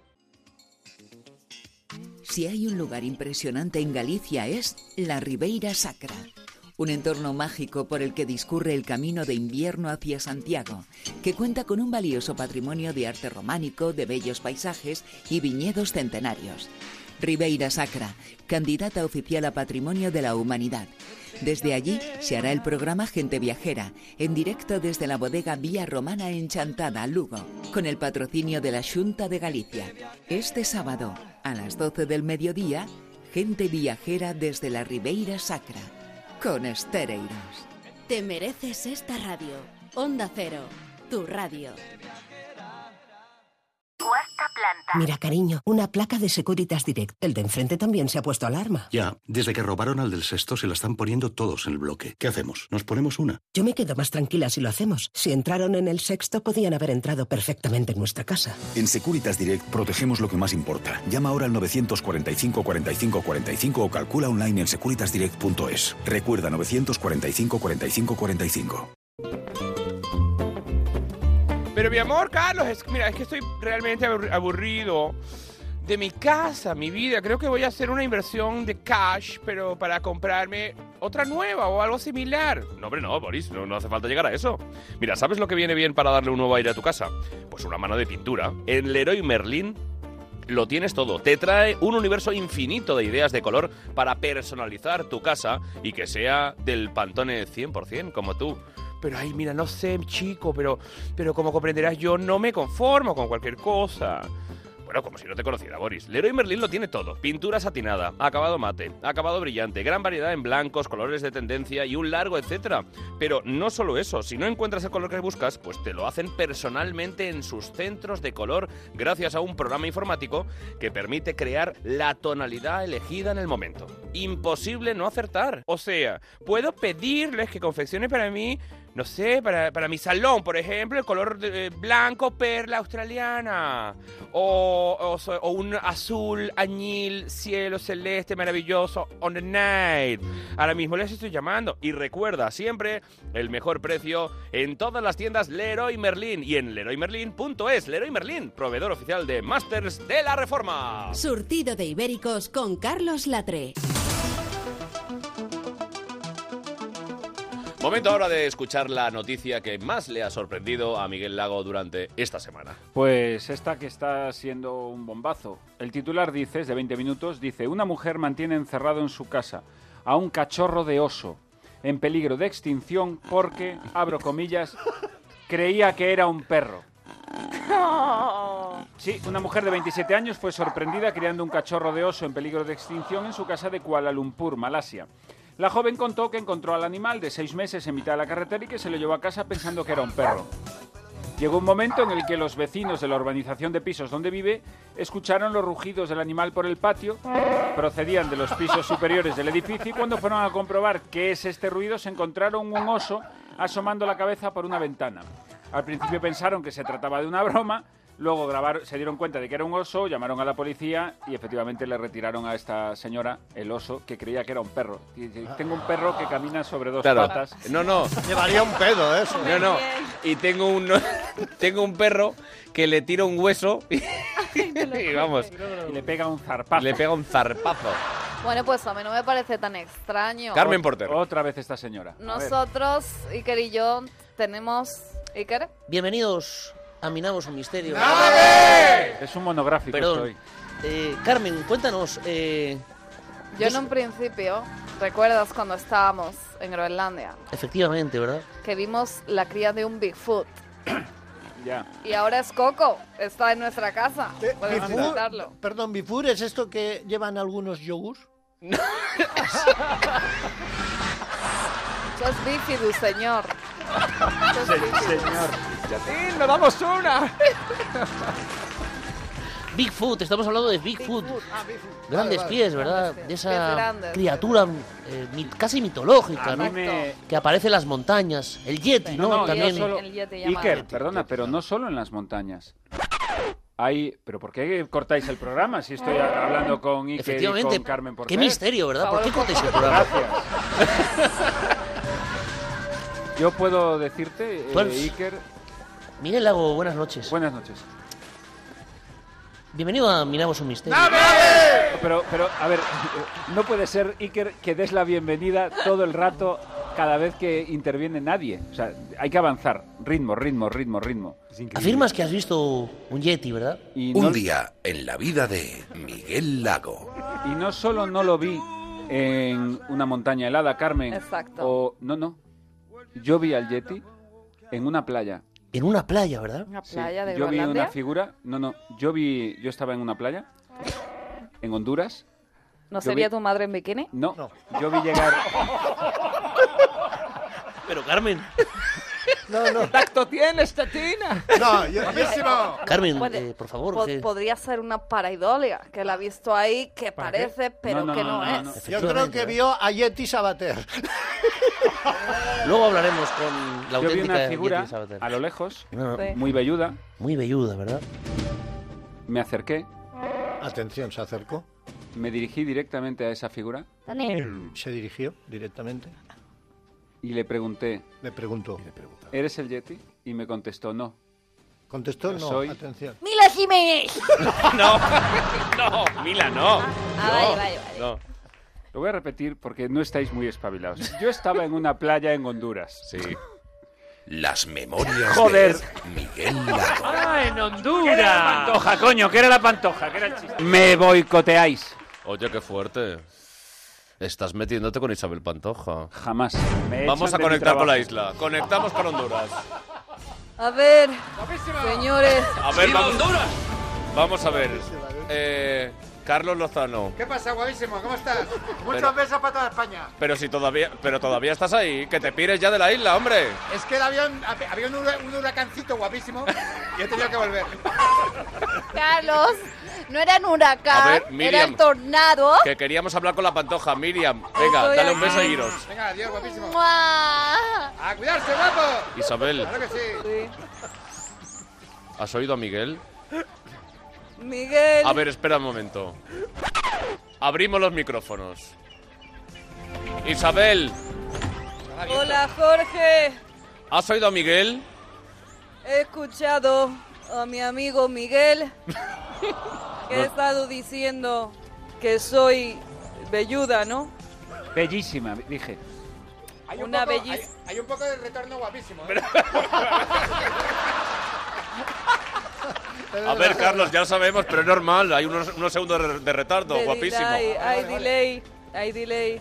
S23: Si hay un lugar impresionante en Galicia es la Ribeira Sacra, un entorno mágico por el que discurre el camino de invierno hacia Santiago, que cuenta con un valioso patrimonio de arte románico, de bellos paisajes y viñedos centenarios. Ribeira Sacra, candidata oficial a Patrimonio de la Humanidad. Desde allí se hará el programa Gente Viajera, en directo desde la bodega Vía Romana Enchantada, Lugo, con el patrocinio de la Junta de Galicia. Este sábado, a las 12 del mediodía, Gente Viajera desde la Ribeira Sacra, con Estereiros.
S2: Te mereces esta radio. Onda Cero, tu radio.
S24: Mira, cariño, una placa de Securitas Direct. El de enfrente también se ha puesto alarma.
S25: Ya, desde que robaron al del sexto se la están poniendo todos en el bloque. ¿Qué hacemos? ¿Nos ponemos una?
S24: Yo me quedo más tranquila si lo hacemos. Si entraron en el sexto, podían haber entrado perfectamente en nuestra casa.
S25: En Securitas Direct protegemos lo que más importa. Llama ahora al 945 45 45 o calcula online en securitasdirect.es. Recuerda 945 45 45.
S15: Pero mi amor, Carlos, es, mira, es que estoy realmente abur- aburrido de mi casa, mi vida. Creo que voy a hacer una inversión de cash, pero para comprarme otra nueva o algo similar.
S1: No, hombre, no, Boris, no, no hace falta llegar a eso. Mira, ¿sabes lo que viene bien para darle un nuevo aire a tu casa? Pues una mano de pintura. En Leroy Merlin lo tienes todo. Te trae un universo infinito de ideas de color para personalizar tu casa y que sea del pantone 100% como tú.
S15: Pero ay, mira, no sé, chico, pero, pero como comprenderás, yo no me conformo con cualquier cosa.
S1: Bueno, como si no te conociera, Boris. Leroy Merlin lo tiene todo. Pintura satinada, acabado mate, acabado brillante, gran variedad en blancos, colores de tendencia y un largo etcétera. Pero no solo eso, si no encuentras el color que buscas, pues te lo hacen personalmente en sus centros de color gracias a un programa informático que permite crear la tonalidad elegida en el momento.
S15: Imposible no acertar. O sea, puedo pedirles que confeccionen para mí, no sé, para, para mi salón, por ejemplo, el color de- eh, blanco perla australiana. O, o so- o un azul añil cielo celeste maravilloso on the night. Ahora mismo les estoy llamando.
S1: Y recuerda siempre el mejor precio en todas las tiendas Leroy Merlin y en leroymerlin.es. Leroy Merlin, proveedor oficial de Masters de la Reforma.
S2: Surtido de Ibéricos con Carlos Latre.
S1: Momento ahora de escuchar la noticia que más le ha sorprendido a Miguel Lago durante esta semana.
S12: Pues esta que está siendo un bombazo. El titular dice, es de 20 minutos, dice, una mujer mantiene encerrado en su casa a un cachorro de oso en peligro de extinción porque, abro comillas, creía que era un perro. Sí, una mujer de 27 años fue sorprendida criando un cachorro de oso en peligro de extinción en su casa de Kuala Lumpur, Malasia. La joven contó que encontró al animal de seis meses en mitad de la carretera y que se lo llevó a casa pensando que era un perro. Llegó un momento en el que los vecinos de la urbanización de pisos donde vive escucharon los rugidos del animal por el patio, procedían de los pisos superiores del edificio y cuando fueron a comprobar qué es este ruido se encontraron un oso asomando la cabeza por una ventana. Al principio pensaron que se trataba de una broma, luego grabaron, se dieron cuenta de que era un oso, llamaron a la policía y efectivamente le retiraron a esta señora el oso que creía que era un perro. Y dice, Tengo un perro que camina sobre dos
S1: Claro.
S12: patas.
S1: No, no.
S15: Llevaría un
S12: pedo
S15: eso. No, no. Y tengo un, tengo un perro que le tira un hueso y, y vamos.
S12: Y le pega un zarpazo.
S1: Le pega un zarpazo.
S16: Bueno, pues a mí no me parece tan extraño.
S1: Carmen Porter.
S12: Otra vez esta señora.
S16: Nosotros, Iker y yo, tenemos... Iker,
S17: Bienvenidos a Minamos un Misterio.
S12: Es un monográfico
S17: Perdón.
S12: estoy.
S17: Eh, Carmen, cuéntanos. eh,
S16: yo en un principio, ¿recuerdas cuando estábamos en Groenlandia?
S17: efectivamente, ¿verdad?
S16: Que vimos la cría de un Bigfoot.
S12: Ya.
S16: Y ahora es Coco, está en nuestra casa. Podemos
S11: Bifur-
S16: visitarlo.
S11: Perdón, Bifur, ¿es esto que llevan algunos yogur?
S16: Eso es bífido, señor. Eso es bífido.
S20: ¡Sí, nos damos una!
S17: Bigfoot, estamos hablando de Bigfoot.
S20: Vale,
S17: Grandes
S20: vale.
S17: pies, ¿verdad?
S20: Grandes
S17: De
S20: pies.
S17: esa
S20: Pies grandes,
S17: criatura eh, mit- casi mitológica,
S12: A
S17: ¿no?
S12: mí me-
S17: Que aparece en las montañas. El Yeti, ¿no? También.
S12: solo-
S16: el yeti llamado.
S12: Iker, perdona, pero no solo en las montañas. Hay, pero ¿por qué cortáis el programa si estoy
S16: Ah.
S12: a- hablando con Iker y
S17: Efectivamente.
S12: con Carmen
S17: Qué
S12: Porter?
S17: misterio, ¿verdad? ¿Por qué cortáis el programa?
S12: Gracias. Yo puedo decirte, eh,
S17: Pues-
S12: Iker,
S17: Miguel Lago, buenas noches.
S12: Buenas noches.
S17: Bienvenido a Miramos un Misterio.
S12: Pero, pero, a ver, no puede ser, Iker, que des la bienvenida todo el rato cada vez que interviene nadie. O sea, hay que avanzar. Ritmo, ritmo, ritmo, ritmo.
S17: Afirmas que has visto un Yeti, ¿verdad?
S12: no-
S9: Un día en la vida de Miguel Lago.
S12: Y no solo no lo vi en una montaña helada, Carmen.
S16: Exacto.
S12: O, no, no. Yo vi al Yeti en una playa.
S17: En una playa, ¿verdad?
S16: Una
S12: Sí,
S16: playa de
S12: yo vi
S16: Groenlandia.
S12: una figura. No, no. Yo vi. Yo estaba en una playa. En Honduras.
S16: ¿No
S12: Yo
S16: sería
S12: vi-
S16: tu madre en bikini?
S12: No, Yo vi llegar.
S17: Pero Carmen.
S11: No, no.
S20: tacto tienes, Tatina?
S11: No, yo- yo-
S17: Carmen,
S16: Puede-
S17: eh, por favor.
S16: po-
S17: que-
S16: podría ser una paraidolia, que la ha visto ahí, que parece, pero que no, ¿eh? es.
S11: Yo creo que vio a Yeti Sabater.
S17: Luego hablaremos con la
S12: yo vi
S17: auténtica
S12: una figura
S17: Yeti Sabater.
S12: a lo lejos.
S17: Sí.
S12: Muy velluda.
S17: Muy velluda, ¿verdad?
S12: Me acerqué.
S11: Atención, se acercó.
S12: Me dirigí directamente a esa figura
S11: Se dirigió directamente.
S12: y le pregunté.
S11: Le preguntó.
S12: ¿Eres el Yeti? Y me contestó no.
S11: Contestó
S12: Yo
S11: no.
S12: soy-
S11: Atención.
S4: ¡Mila Jiménez!
S1: No, no, Mila, no.
S4: Ah, vale, vale, vale.
S12: Lo voy a repetir porque no estáis muy espabilados. Yo estaba en una playa en Honduras.
S9: Sí. Las memorias
S12: Joder.
S9: de Miguel Lago.
S8: ¡Ah, en
S12: ¿Qué era la
S8: Honduras!
S12: pantoja, coño? ¿Qué era la pantoja? ¿Qué era el chiste? Me boicoteáis.
S13: Oye, qué fuerte. Estás metiéndote con Isabel Pantoja.
S12: Jamás. Me
S1: Vamos a
S12: echan de mi
S1: conectar con la
S12: trabajo.
S1: isla. Conectamos con Honduras.
S16: A ver, señores.
S1: A ver, vamos. Vamos a ver. Eh, Carlos Lozano.
S7: ¿Qué pasa, guapísimo? ¿Cómo estás?
S1: Pero-
S7: Muchos besos para toda España.
S1: Pero si todavía, pero todavía estás ahí, que te pires ya de la isla, hombre.
S7: Es que el avión, había un, hura- un huracancito guapísimo y he tenido que volver.
S4: Carlos, no era un huracán,
S1: A ver,
S4: era
S1: Miriam.
S4: el tornado.
S1: Que queríamos hablar con la pantoja, Miriam. Venga,
S4: ¿Oh? Estoy
S1: dale un
S4: aquí.
S1: beso y iros.
S7: Venga, adiós, guapísimo.
S4: ¡Mua!
S7: ¡A cuidarse, guapo!
S1: Isabel,
S7: Claro que sí.
S1: ¿has oído a Miguel?
S16: Miguel.
S1: A ver, espera un momento. Abrimos los micrófonos. Isabel,
S16: Hola, Jorge.
S1: ¿has oído a Miguel?
S16: He escuchado a mi amigo Miguel que
S12: No.
S16: ha estado diciendo que soy velluda, ¿no?
S12: Bellísima, dije.
S7: Hay un
S16: Una
S7: poco-
S16: bellis-
S7: Hay, hay un poco de retorno guapísimo. ¿eh?
S1: A ver, Carlos, ya lo sabemos, pero es normal. Hay unos, unos segundos de, re- de retardo,
S16: De
S1: guapísimo.
S16: delay, hay delay, hay delay.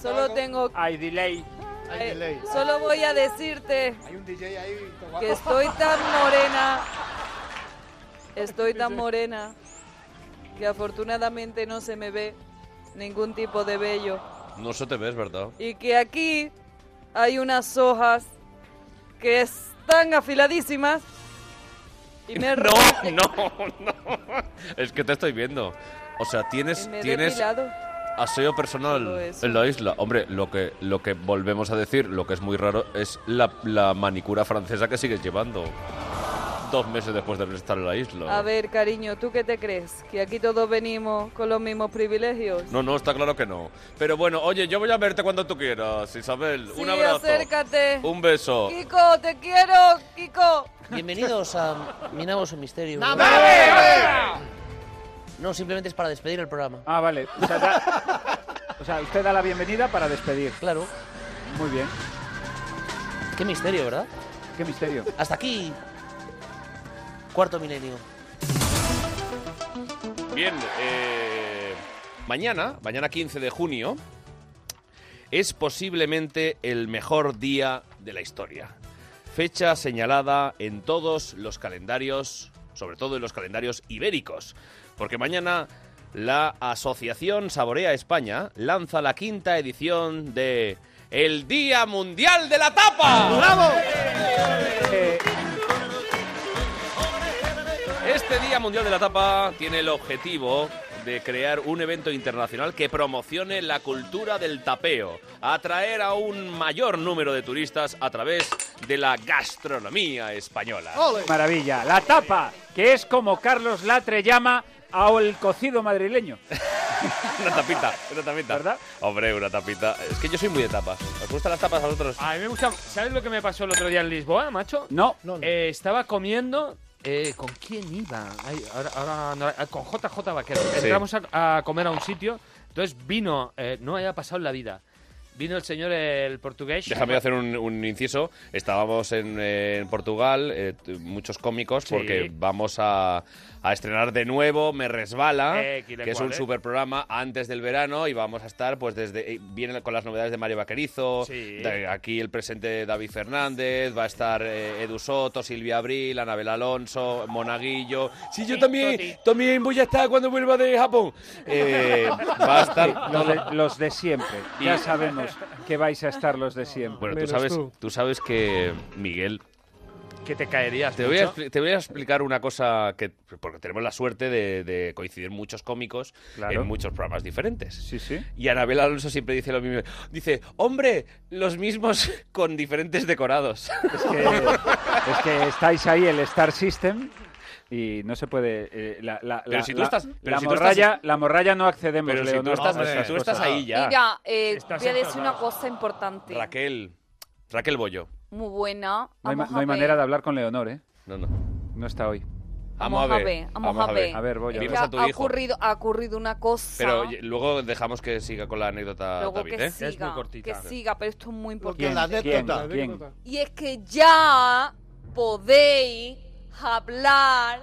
S16: Solo tengo.
S12: Hay delay.
S16: eh, Solo voy a decirte
S7: Hay un DJ ahí. todo guapo.
S16: que estoy tan morena. Estoy tan morena que afortunadamente no se me ve ningún tipo de vello.
S1: No se te ves, ¿verdad?
S16: Y que aquí hay unas hojas que están afiladísimas. Y me he
S1: No, no, no. Es que te estoy viendo. O sea, tienes,
S16: Me he
S1: tienes
S16: depilado.
S1: aseo personal en la isla. Hombre, lo que, lo que volvemos a decir, lo que es muy raro, es la, la manicura francesa que sigues llevando. Dos meses después de estar en la isla.
S16: A ver, cariño, ¿tú qué te crees? ¿Que aquí todos venimos con los mismos privilegios?
S1: No, no, está claro que no. Pero bueno, oye, yo voy a verte cuando tú quieras, Isabel.
S16: Sí,
S1: Un abrazo.
S16: acércate.
S1: Un beso.
S16: Kiko, te quiero, Kiko.
S17: Bienvenidos a Minamos un Misterio. No, simplemente es para despedir el programa.
S12: Ah, vale. O sea, da- o sea, usted da la bienvenida para despedir.
S17: Claro.
S12: Muy bien.
S17: Qué misterio, ¿verdad?
S12: Qué misterio.
S17: Hasta aquí. Cuarto milenio.
S1: Bien, eh, mañana, mañana 15 de junio, es posiblemente el mejor día de la historia. Fecha señalada en todos los calendarios, sobre todo en los calendarios ibéricos, porque mañana la Asociación Saborea España lanza la quinta edición de El Día Mundial de la Tapa. Este Día Mundial de la Tapa tiene el objetivo de crear un evento internacional que promocione la cultura del tapeo, atraer a un mayor número de turistas a través de la gastronomía española.
S12: Maravilla. La tapa, que es como Carlos Latre llama al cocido madrileño.
S1: Una tapita, una tapita. ¿Verdad? Hombre, una tapita. Es que yo soy muy de tapas. ¿Os gustan las tapas a vosotros?
S8: A mí me gusta. ¿Sabes lo que me pasó el otro día en Lisboa, macho?
S12: No.
S8: Eh, estaba comiendo. eh, ¿Con quién iba? Ay, ahora, ahora no- ah, con JJ Vaquero.
S1: Sí.
S8: Entramos a, a comer a un sitio. Entonces vino. eh, no había pasado en la vida. Vino el señor eh, el portugués.
S1: Déjame hacer un, un inciso. Estábamos en, eh, en Portugal, eh, t- muchos cómicos,
S8: Sí.
S1: porque vamos a, a estrenar de nuevo Me Resbala,
S8: Eh,
S1: que
S8: quile
S1: es
S8: cual,
S1: un
S8: eh.
S1: super programa antes del verano y vamos a estar pues desde... eh, Vienen con las novedades de Mario Vaquerizo,
S8: Sí.
S1: de- aquí el presente de David Fernández, va a estar eh, Edu Soto, Silvia Abril, Anabel Alonso, Monaguillo...
S19: Sí, yo también, también voy a estar cuando vuelva de Japón.
S1: Eh, va a estar...
S12: Sí, los, de, los de siempre.
S1: Y-
S12: Ya sabemos que vais a estar los de siempre.
S1: Bueno, tú sabes, tú. sabes que, Miguel,
S8: Que te caerías.
S1: Te voy, a,
S8: mucho.
S1: expli- te voy a explicar una cosa que porque tenemos la suerte de, de coincidir muchos cómicos
S8: Claro.
S1: en muchos programas diferentes. Y Anabel Alonso siempre dice lo mismo. Dice, hombre, los mismos con diferentes decorados.
S12: Es que estáis ahí el Star System y no se puede. eh, la, la-
S1: Pero
S12: la-
S1: si tú
S12: la-
S1: estás- pero
S12: la
S1: si tú estás-
S12: morralla, la morralla no accedemos.
S1: Pero si
S12: Leonor,
S1: tú estás-
S12: a esas
S1: si tú estás
S12: cosas.
S1: ahí ya.
S16: Mira, eh,
S1: Estás
S16: voy a decir
S1: encerrado.
S16: una cosa importante.
S1: Raquel, Raquel Bollo.
S16: Muy buena.
S12: No hay, ma-
S16: Vamos
S12: no hay
S16: a ver.
S12: manera de hablar con Leonor, ¿eh?
S1: No, no.
S12: No está hoy.
S16: Vamos a ver, vamos a ver.
S12: A ver, voy a
S1: Dinos
S16: Que
S1: a tu
S16: ha
S1: hijo.
S16: ocurrido, ha ocurrido una cosa.
S1: Pero oye, luego dejamos que siga con la anécdota
S16: luego
S1: David,
S16: que
S1: ¿eh?
S16: siga, que siga, pero esto es muy importante.
S1: ¿Quién? ¿Quién? La anécdota.
S16: Y es que ya podéis hablar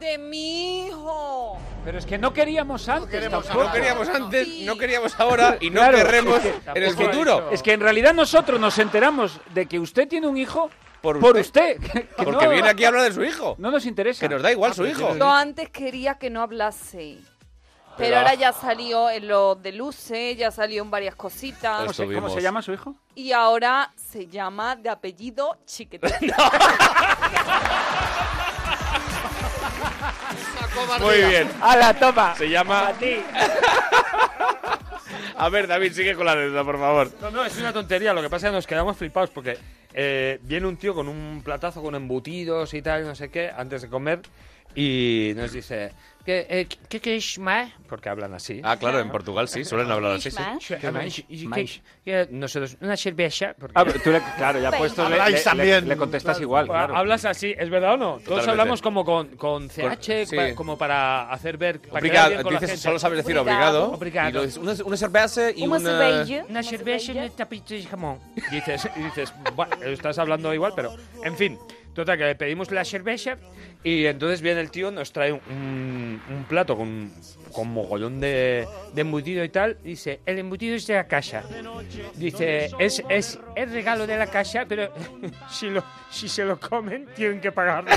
S16: de mi hijo.
S12: Pero es que no queríamos antes. tampoco.
S1: No queríamos antes, no queríamos ahora y no
S12: Claro,
S1: querremos
S12: es que-
S1: en el
S12: es que-
S1: futuro.
S12: Es que en realidad nosotros nos enteramos de que usted tiene un hijo por usted. que- que
S1: Porque
S12: no-
S1: viene aquí a hablar de su hijo.
S12: No nos interesa. Ah, pues
S1: Que nos da igual su hijo.
S16: Yo antes quería que no hablase. Pero
S1: Pero-
S16: ahora ya salió en lo de luces, ya salió en varias cositas.
S12: ¿Cómo se, cómo se llama su hijo?
S16: Y ahora se llama de apellido Chiquetito.
S1: Muy bien.
S12: A la tapa.
S1: Se llama... A ver, David, sigue con la anécdota, por favor.
S8: No, no, es una tontería. Lo que pasa es que nos quedamos flipados porque eh, viene un tío con un platazo con embutidos y tal, no sé qué, antes de comer y nos dice, ¿qué, eh, qué queréis más? Porque hablan así.
S1: Ah, claro, en Portugal sí, suelen hablar así. sí.
S8: ¿Qué más? ¿Y qué- qué- Nosotros, una cerveza. porque-
S12: Ah, pero tú le- claro, ya puesto le- Habláis le- le- también. le contestas igual, claro.
S8: Hablas así, ¿es verdad o no? Todos
S1: Totalmente.
S8: hablamos como con, con CH,
S1: sí.
S8: pa- como para hacer ver. Para
S1: Obrigado,
S8: quedar bien con la
S1: dices-
S8: gente.
S1: solo sabes decir obrigado.
S8: Obrigado.
S1: Y lo dices, una, una cerveza y una...
S8: Una cerveza y un tapito de jamón. Dices, y dices, "Buah, estás hablando igual, pero. En fin, total, que le pedimos la cerveza y entonces viene el tío, nos trae un, un plato con, con mogollón de, de embutido y tal. Dice, el embutido es de la casa. Dice, es, es el regalo de la casa, pero si, lo, si se lo comen, tienen que pagarlo.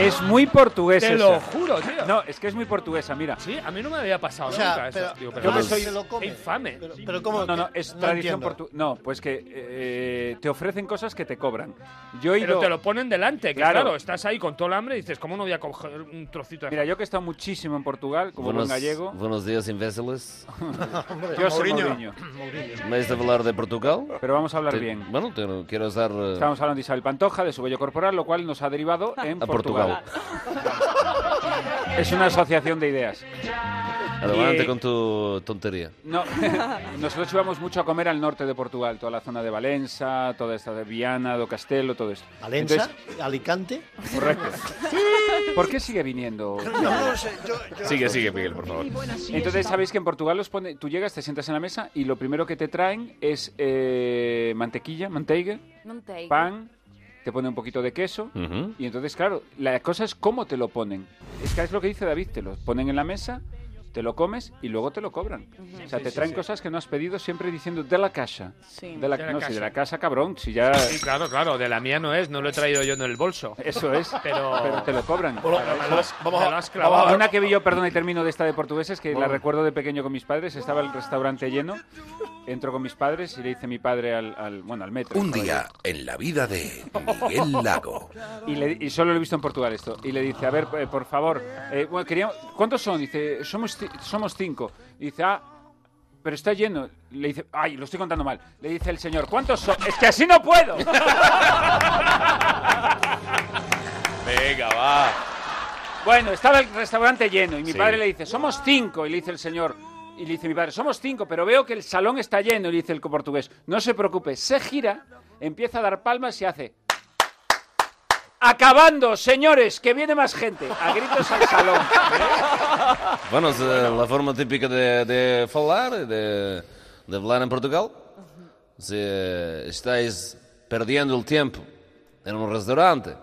S12: Es muy portugués.
S8: Te
S12: esa.
S8: lo juro, tío.
S12: No, es que es muy portuguesa, mira.
S8: Sí, a mí no me había pasado
S12: O sea,
S8: nunca eso,
S12: pero-
S8: tío,
S12: yo me
S8: vamos,
S12: soy-
S8: se lo come. infame. Pero,
S12: No, no, es tradición portuguesa. No, pues que eh, te ofrecen cosas que te cobran. Yo he
S8: Pero
S12: ido-
S8: te lo ponen delante, que
S12: Claro.
S8: claro. estás ahí con todo el hambre y dices, ¿cómo no voy a coger un trocito de
S12: Mira, yo que he estado muchísimo en Portugal, como buen gallego.
S13: buenos días, imbéciles.
S12: Yo soy Mourinho.
S13: ¿Me has de hablar de Portugal?
S12: Pero vamos a hablar
S13: Te-
S12: bien.
S13: Bueno, te quiero dar... eh,
S12: Estábamos hablando de Isabel Pantoja, de su vello corporal, lo cual nos ha derivado en
S13: A Portugal.
S12: Portugal. Es una asociación de ideas.
S13: Adelante con tu tontería.
S12: No, nosotros íbamos mucho a comer al norte de Portugal, toda la zona de Valença, toda esta de Viana, do Castelo, todo esto.
S11: ¿Valença? ¿Alicante?
S12: Correcto. ¿Por qué sigue viniendo?
S11: No, no lo sé, yo- yo-
S1: Sigue, sigue, Miguel, por favor.
S12: Entonces sabéis que en Portugal los pone, tú llegas, te sientas en la mesa y lo primero que te traen es eh, mantequilla, manteiga,
S16: Manteiga.
S12: pan, te ponen un poquito de queso
S1: Ujú.
S12: y entonces claro, la cosa es cómo te lo ponen. Es que es lo que dice David, te lo ponen en la mesa, te lo comes y luego te lo cobran.
S16: Ujú.
S12: O sea,
S16: Sí,
S12: te
S16: sí,
S12: traen
S16: sí.
S12: cosas que no has pedido siempre diciendo de la casa.
S16: Sí.
S12: De la,
S8: De la
S12: no, si de la casa,
S8: casa.
S12: cabrón, si ya...
S8: Sí, claro, claro, de la mía no es, no lo he traído yo en el bolso.
S12: Eso es,
S8: Pero,
S12: pero te lo cobran.
S8: Pero me lo has-
S12: Vamos
S8: me
S12: a-
S8: lo
S12: vamos
S8: has
S12: a
S8: clavado.
S12: ver. Una que vi yo, perdón, y termino de esta de portugueses, que la
S8: Vamos.
S12: recuerdo de pequeño con mis padres. Estaba el restaurante lleno, entro con mis padres y le dice mi padre al, al- bueno, al metro.
S9: Un
S12: al
S9: día en la vida de Miguel Lago.
S12: caballero. Y, le- y solo lo he visto en Portugal esto. Y le dice, a ver, eh, por favor, eh, bueno, quería- ¿cuántos son? Dice, somos, ci- somos cinco. Y dice, ah, pero está lleno. Le dice, ay, lo estoy contando mal. Le dice el señor, ¿cuántos son? Es que así no puedo.
S1: Venga, va.
S12: Bueno, estaba el restaurante lleno y mi
S1: Sí.
S12: padre le dice, somos cinco. Y le dice el señor, y le dice mi padre, somos cinco, pero veo que el salón está lleno. Y le dice el portugués, no se preocupe, se gira, empieza a dar palmas y hace... Acabando, señores, que viene más gente. A gritos al salón.
S13: Bueno, es eh, la forma típica de, de falar, de, de hablar en Portugal. Si estáis perdiendo el tiempo en un restaurante,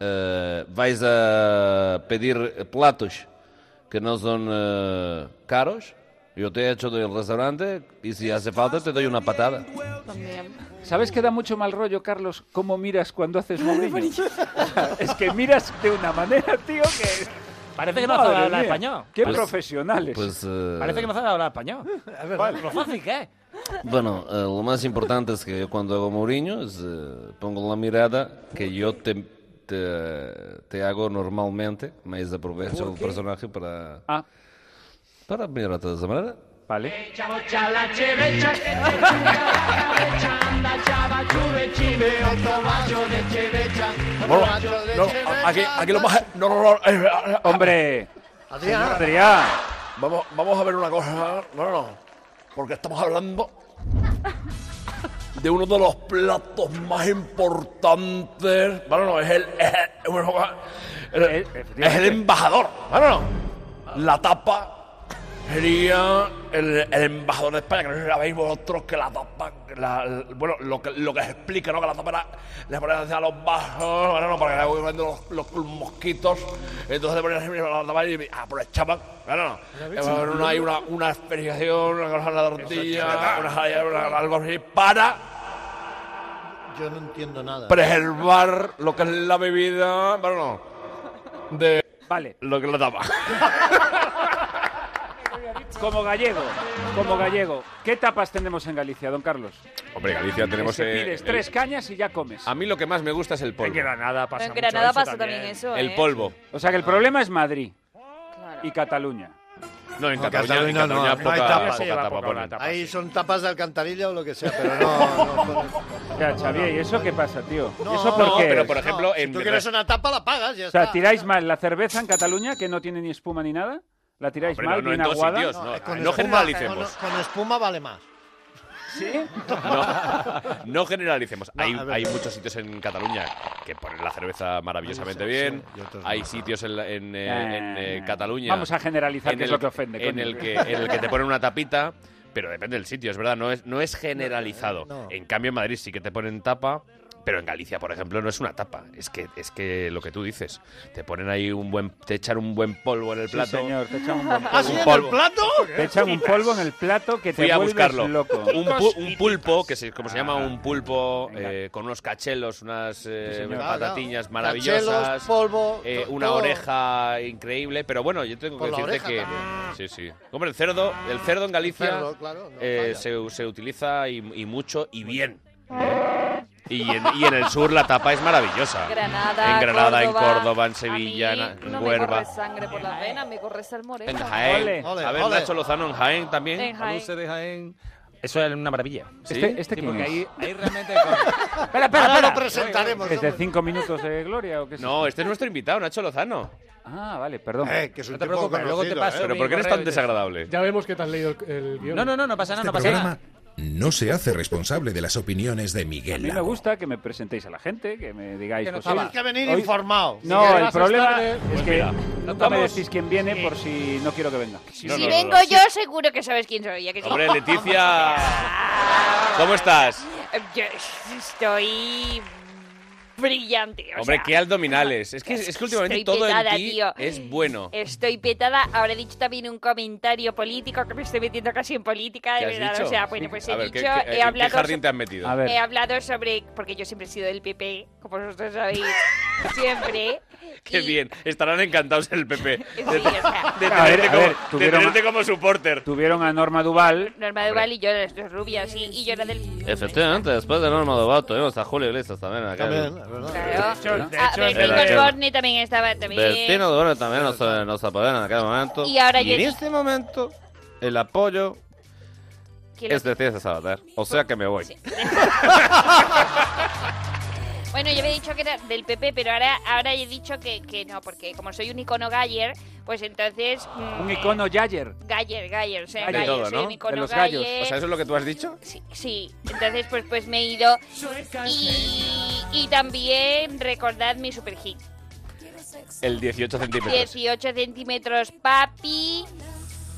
S13: eh, vais a pedir platos que no son eh, caros. Yo te echo del restaurante y si hace falta te doy una patada.
S12: ¿Sabes que da mucho mal rollo, Carlos, cómo miras cuando haces Mourinho? es que miras de una manera, tío, que...
S6: Parece que no hace
S12: Madre
S6: hablar
S12: mía,
S6: español.
S12: ¡Qué
S13: Pues-
S12: profesionales!
S13: Pues, eh,
S6: Parece que no sabe hablar español. Es verdad. Lo fácil que es.
S13: Bueno, eh, lo más importante es que yo cuando hago Mourinho es, eh, pongo la mirada que yo te, te, te hago normalmente, mas aprovecho
S6: ¿Por
S13: el
S6: qué?
S13: personaje para,
S12: Ah.
S13: para mirarte de esa manera.
S12: Vale.
S10: Bueno, no, aquí, aquí lo más... No, no, no.
S12: Hombre.
S10: Adrián.
S11: Señor
S12: Adrián.
S10: Vamos, vamos a ver una cosa. No, no, no. Porque estamos hablando de uno de los platos más importantes. Bueno, no, es el... Es el, es el- es el embajador. Bueno, no. La tapa sería el, el embajador de España. Que no sabéis vosotros que la tapa... la- bueno, lo que, lo que se explica, ¿no? Que la tapa era le ponían hacia los bajos, bueno, no, porque le iban viendo los, los mosquitos, entonces le ponían siempre la tapa y aprovechaban, bueno, no, eh, bueno, una, hay una, una esferización, una cosa de tortilla, una jalea, una- algo así, para
S11: Yo no entiendo nada.
S10: preservar lo que es la bebida, bueno, no, de
S12: vale.
S10: lo que es la tapa.
S12: Como gallego, como gallego. ¿Qué tapas tenemos en Galicia, don Carlos?
S1: Hombre, Galicia tenemos...
S12: Que si
S1: eh,
S12: pides
S1: el-
S12: tres cañas y ya comes.
S1: A mí lo que más me gusta es el polvo.
S12: En Granada pasa
S16: En mucho Granada eso pasa también. también eso,
S1: El
S16: ¿eh?
S1: polvo.
S12: O sea que el problema es Madrid y Cataluña.
S1: No, en Cataluña, en
S12: No, Cataluña no,
S1: Cataluña
S12: no
S1: poca,
S12: hay tapas.
S1: poca
S12: Se lleva
S1: tapa
S12: poca
S1: ponen.
S12: tapa.
S11: Ahí son tapas de alcantarilla o lo que sea, pero no. no, no,
S12: Ya, Xavier, ¿y eso qué pasa, tío? ¿Y
S11: No,
S12: eso por qué?
S1: pero por ejemplo,
S11: no. Si
S1: en
S11: tú quieres una tapa, la pagas, ya
S12: O
S11: está.
S12: sea, tiráis mal la cerveza en Cataluña, que no tiene ni espuma ni nada. ¿La tiráis
S1: Hombre,
S12: mal,
S1: no, no
S12: bien
S1: en todos
S12: aguada?
S1: sitios, no.
S11: Con
S1: No
S11: espuma-
S1: generalicemos.
S11: Con, con espuma vale más.
S12: ¿Sí?
S1: No, no generalicemos. hay,
S11: a ver.
S1: hay muchos sitios en Cataluña que ponen la cerveza maravillosamente
S11: Sí, sí,
S1: bien.
S11: y otros
S1: Hay sitios en, la- en, eh, en, eh, Cataluña.
S12: Vamos a generalizar,
S1: en
S12: que es
S1: el-
S12: lo que ofende,
S1: En
S12: coño.
S1: el que, en el que te ponen una tapita, pero depende del sitio, es verdad, no es, no es generalizado.
S11: No, no.
S1: En cambio, en Madrid sí que te ponen tapa. Pero en Galicia, por ejemplo, no es una tapa. Es que, es que lo que tú dices, te ponen ahí un buen, te echan un buen polvo en el
S12: Sí,
S1: plato.
S12: señor, te echan un buen
S1: Un
S12: polvo.
S1: polvo.
S12: Te echan un polvo en el plato que te
S1: Fui a
S12: vuelves
S1: buscarlo.
S12: loco. Ah.
S1: Un, pu- un pulpo, que se, como se llama un pulpo, eh, con unos cachelos, unas eh,
S11: señor.
S1: patatiñas
S11: Cachelos,
S1: maravillosas,
S11: polvo,
S1: eh,
S11: to-
S1: una
S11: todo.
S1: oreja increíble. Pero bueno, yo tengo que
S11: Por la
S1: decirte
S11: oreja
S1: que sí, sí. Hombre, el cerdo, el cerdo en Galicia
S11: El cerdo, claro, no
S1: eh, se, se utiliza y, y mucho y bien. ¿eh? Y en, y en el sur la tapa es maravillosa.
S16: Granada,
S1: en Granada,
S16: Córdoba.
S1: en Córdoba, en Sevilla, en, en
S16: No me
S1: Huelva,
S16: corre sangre por las venas, me corre salmoreno.
S1: en Jaén. A ver, Nacho Lozano en Jaén también.
S16: En Jaén.
S1: de Jaén.
S3: Eso es una maravilla.
S12: Este- este
S3: Sí,
S12: quién
S3: porque
S12: es?
S3: ahí- ahí realmente... Ah,
S12: espera,
S3: espera,
S12: Ahora
S3: espera.
S12: lo presentaremos, ¿Es de hombre. cinco minutos de gloria o qué es
S1: No, este es nuestro invitado, Nacho Lozano.
S12: Ah, vale, perdón.
S1: Eh,
S3: No te preocupes, luego te
S12: eh.
S3: paso.
S1: Pero
S3: mi
S1: ¿por qué eres
S3: correo
S1: tan
S3: y te-
S1: desagradable?
S26: Ya vemos que te has leído el, el guión. Este
S3: No, no, no, no pasa nada, no pasa nada.
S5: No se hace responsable de las opiniones de Miguel
S12: A mí me
S5: Lago.
S12: gusta que me presentéis a la gente, que me digáis
S5: Que no
S12: cosas.
S5: tienes que venir
S12: Hoy-
S5: informado.
S12: No,
S5: Si llegas
S12: el
S5: más
S12: problema
S5: tarde-
S12: es
S5: Pues
S12: que
S5: mira,
S12: nunca
S5: vamos.
S12: me decís quién viene por si no quiero que venga.
S13: si vengo yo, seguro que sabes quién soy. ¿a que sí?
S1: Hombre, Leticia. ¿Cómo estás?
S13: Eh, Yo estoy brillante. o
S1: Hombre,
S13: sea,
S1: qué abdominales. Es que, es que últimamente
S13: estoy
S1: todo
S13: petada,
S1: en ti
S13: tío.
S1: es bueno.
S13: Estoy petada. Ahora he dicho también un comentario político que me estoy metiendo casi en política, de
S1: ¿Qué has
S13: verdad.
S1: dicho?
S13: O sea, bueno, pues
S1: A
S13: he
S1: ver, ¿qué-
S13: dicho,
S1: qué- en
S13: he
S1: qué
S13: hablado.
S1: jardín
S13: so-
S1: te has metido? A ver.
S13: He hablado sobre. Porque yo siempre he sido del PP, como vosotros sabéis. siempre.
S1: Qué bien. Estarán encantados el PP. De,
S13: Sí, o sea,
S1: de
S12: A ver,
S1: tenerte
S12: a
S1: como-
S12: ver,
S1: de
S12: tuvieron-
S1: tenerte como supporter.
S12: Tuvieron a Norma Duval.
S13: Norma Duval y yo, las dos rubias, y, y yo era del.
S27: Efectivamente, después de Norma Dovato tuvimos a Julio Iglesias también. Acá.
S13: Claro.
S27: De
S13: Ah,
S27: hecho,
S13: Bertín
S27: de hecho.
S13: Osborne también estaba también.
S27: Destino de Oro también nos, eh, nos apoyaron en aquel momento.
S13: Y ahora yo-
S27: en este momento, el apoyo
S13: ¿Quién
S27: es de Ciencias Sabater. O sea que me voy.
S13: Bueno, yo había dicho que era del PP, pero ahora, ahora he dicho que, que no, porque como soy un icono Galler, pues entonces. mm,
S12: Un icono Yayer.
S13: Galler, Galler, o sea,
S1: De
S13: Galler,
S1: todo,
S13: soy
S1: ¿no?
S13: un icono
S1: De los
S13: Galler.
S1: gallos. O sea, ¿eso es lo que tú has dicho?
S13: Sí, sí. entonces pues, pues me he ido. Y, y también recordad mi super hit:
S1: El 18 centímetros.
S13: 18 centímetros, papi.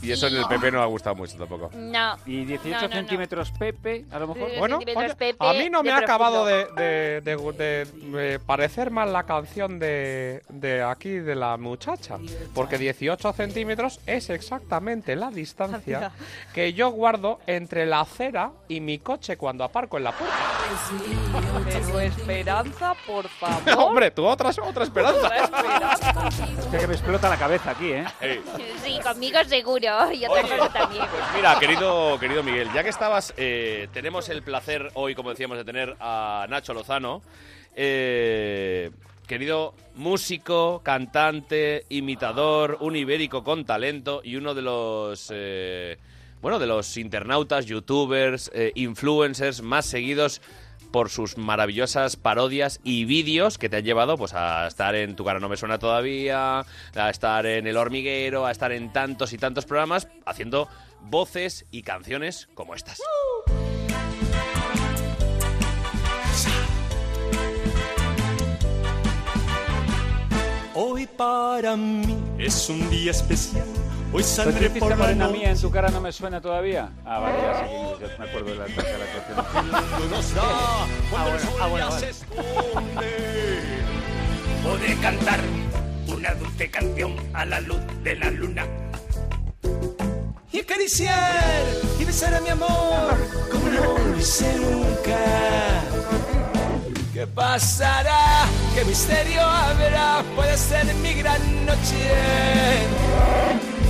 S1: Y eso en el PP no ha gustado mucho tampoco.
S13: No.
S12: Y 18
S13: No, no, no.
S12: centímetros Pepe, a lo mejor.
S13: 18
S12: Bueno,
S13: centímetros,
S12: oye,
S13: Pepe,
S24: A mí no me
S13: de
S24: ha acabado
S13: profundo.
S24: de, de- de- de, eh, parecer mal la canción de, de aquí de la muchacha, porque 18 centímetros es exactamente la distancia que yo guardo entre la acera y mi coche cuando aparco en la puerta.
S6: Pero Esperanza, por favor.
S24: Hombre, tú otra, otra esperanza.
S12: Hostia, que me explota la cabeza aquí, ¿eh?
S13: Sí, conmigo seguro. Y otra cosa también.
S1: pues Mira, querido, querido Miguel, ya que estabas, eh, tenemos el placer hoy, como decíamos, de tener a Nacho Lozano. Eh, querido músico, cantante, imitador, un ibérico con talento y uno de los... eh, bueno, de los internautas, youtubers, eh, influencers más seguidos por sus maravillosas parodias y vídeos que te han llevado pues a estar en Tu cara no me suena todavía, a estar en El hormiguero, a estar en tantos y tantos programas haciendo voces y canciones como estas.
S22: Hoy para mí es un día especial. Hoy
S12: ¿Tú
S22: saldré
S12: hiciste
S22: por la
S12: morena mía
S22: noche.
S12: en tu cara no me suena todavía? Ah, vale, ya sé quién es, ya me acuerdo de la, de la canción.
S22: Cuando el sol ya se esconde. Podré cantar una dulce canción a la luz de la luna. Y acariciar y besar a mi amor como no lo hice nunca. ¿Qué pasará? ¿Qué misterio habrá? Puede ser mi gran noche.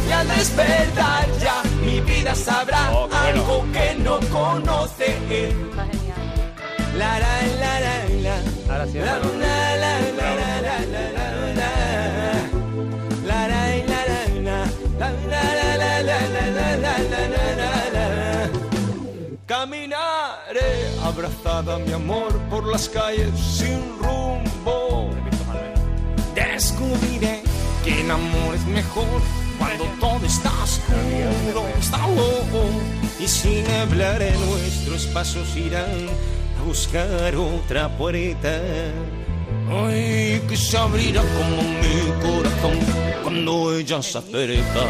S22: Y al despertar ya mi vida sabrá algo que no conoce. La, la, la, la, la.
S12: Ahora sí,
S22: La,
S12: hermano.
S22: la, la, la, la, la, la, la, la. La, la, la, la, la. La, la, la, la, la, la, la, la, la, la, la. Caminaré abrazada, mi amor, por las calles sin rumbo. Descubriré que el amor es mejor cuando todo está oscuro, está loco. Y sin hablar, nuestros pasos irán a buscar otra puerta. Ay, que se abrirá como mi corazón cuando ella se acerca.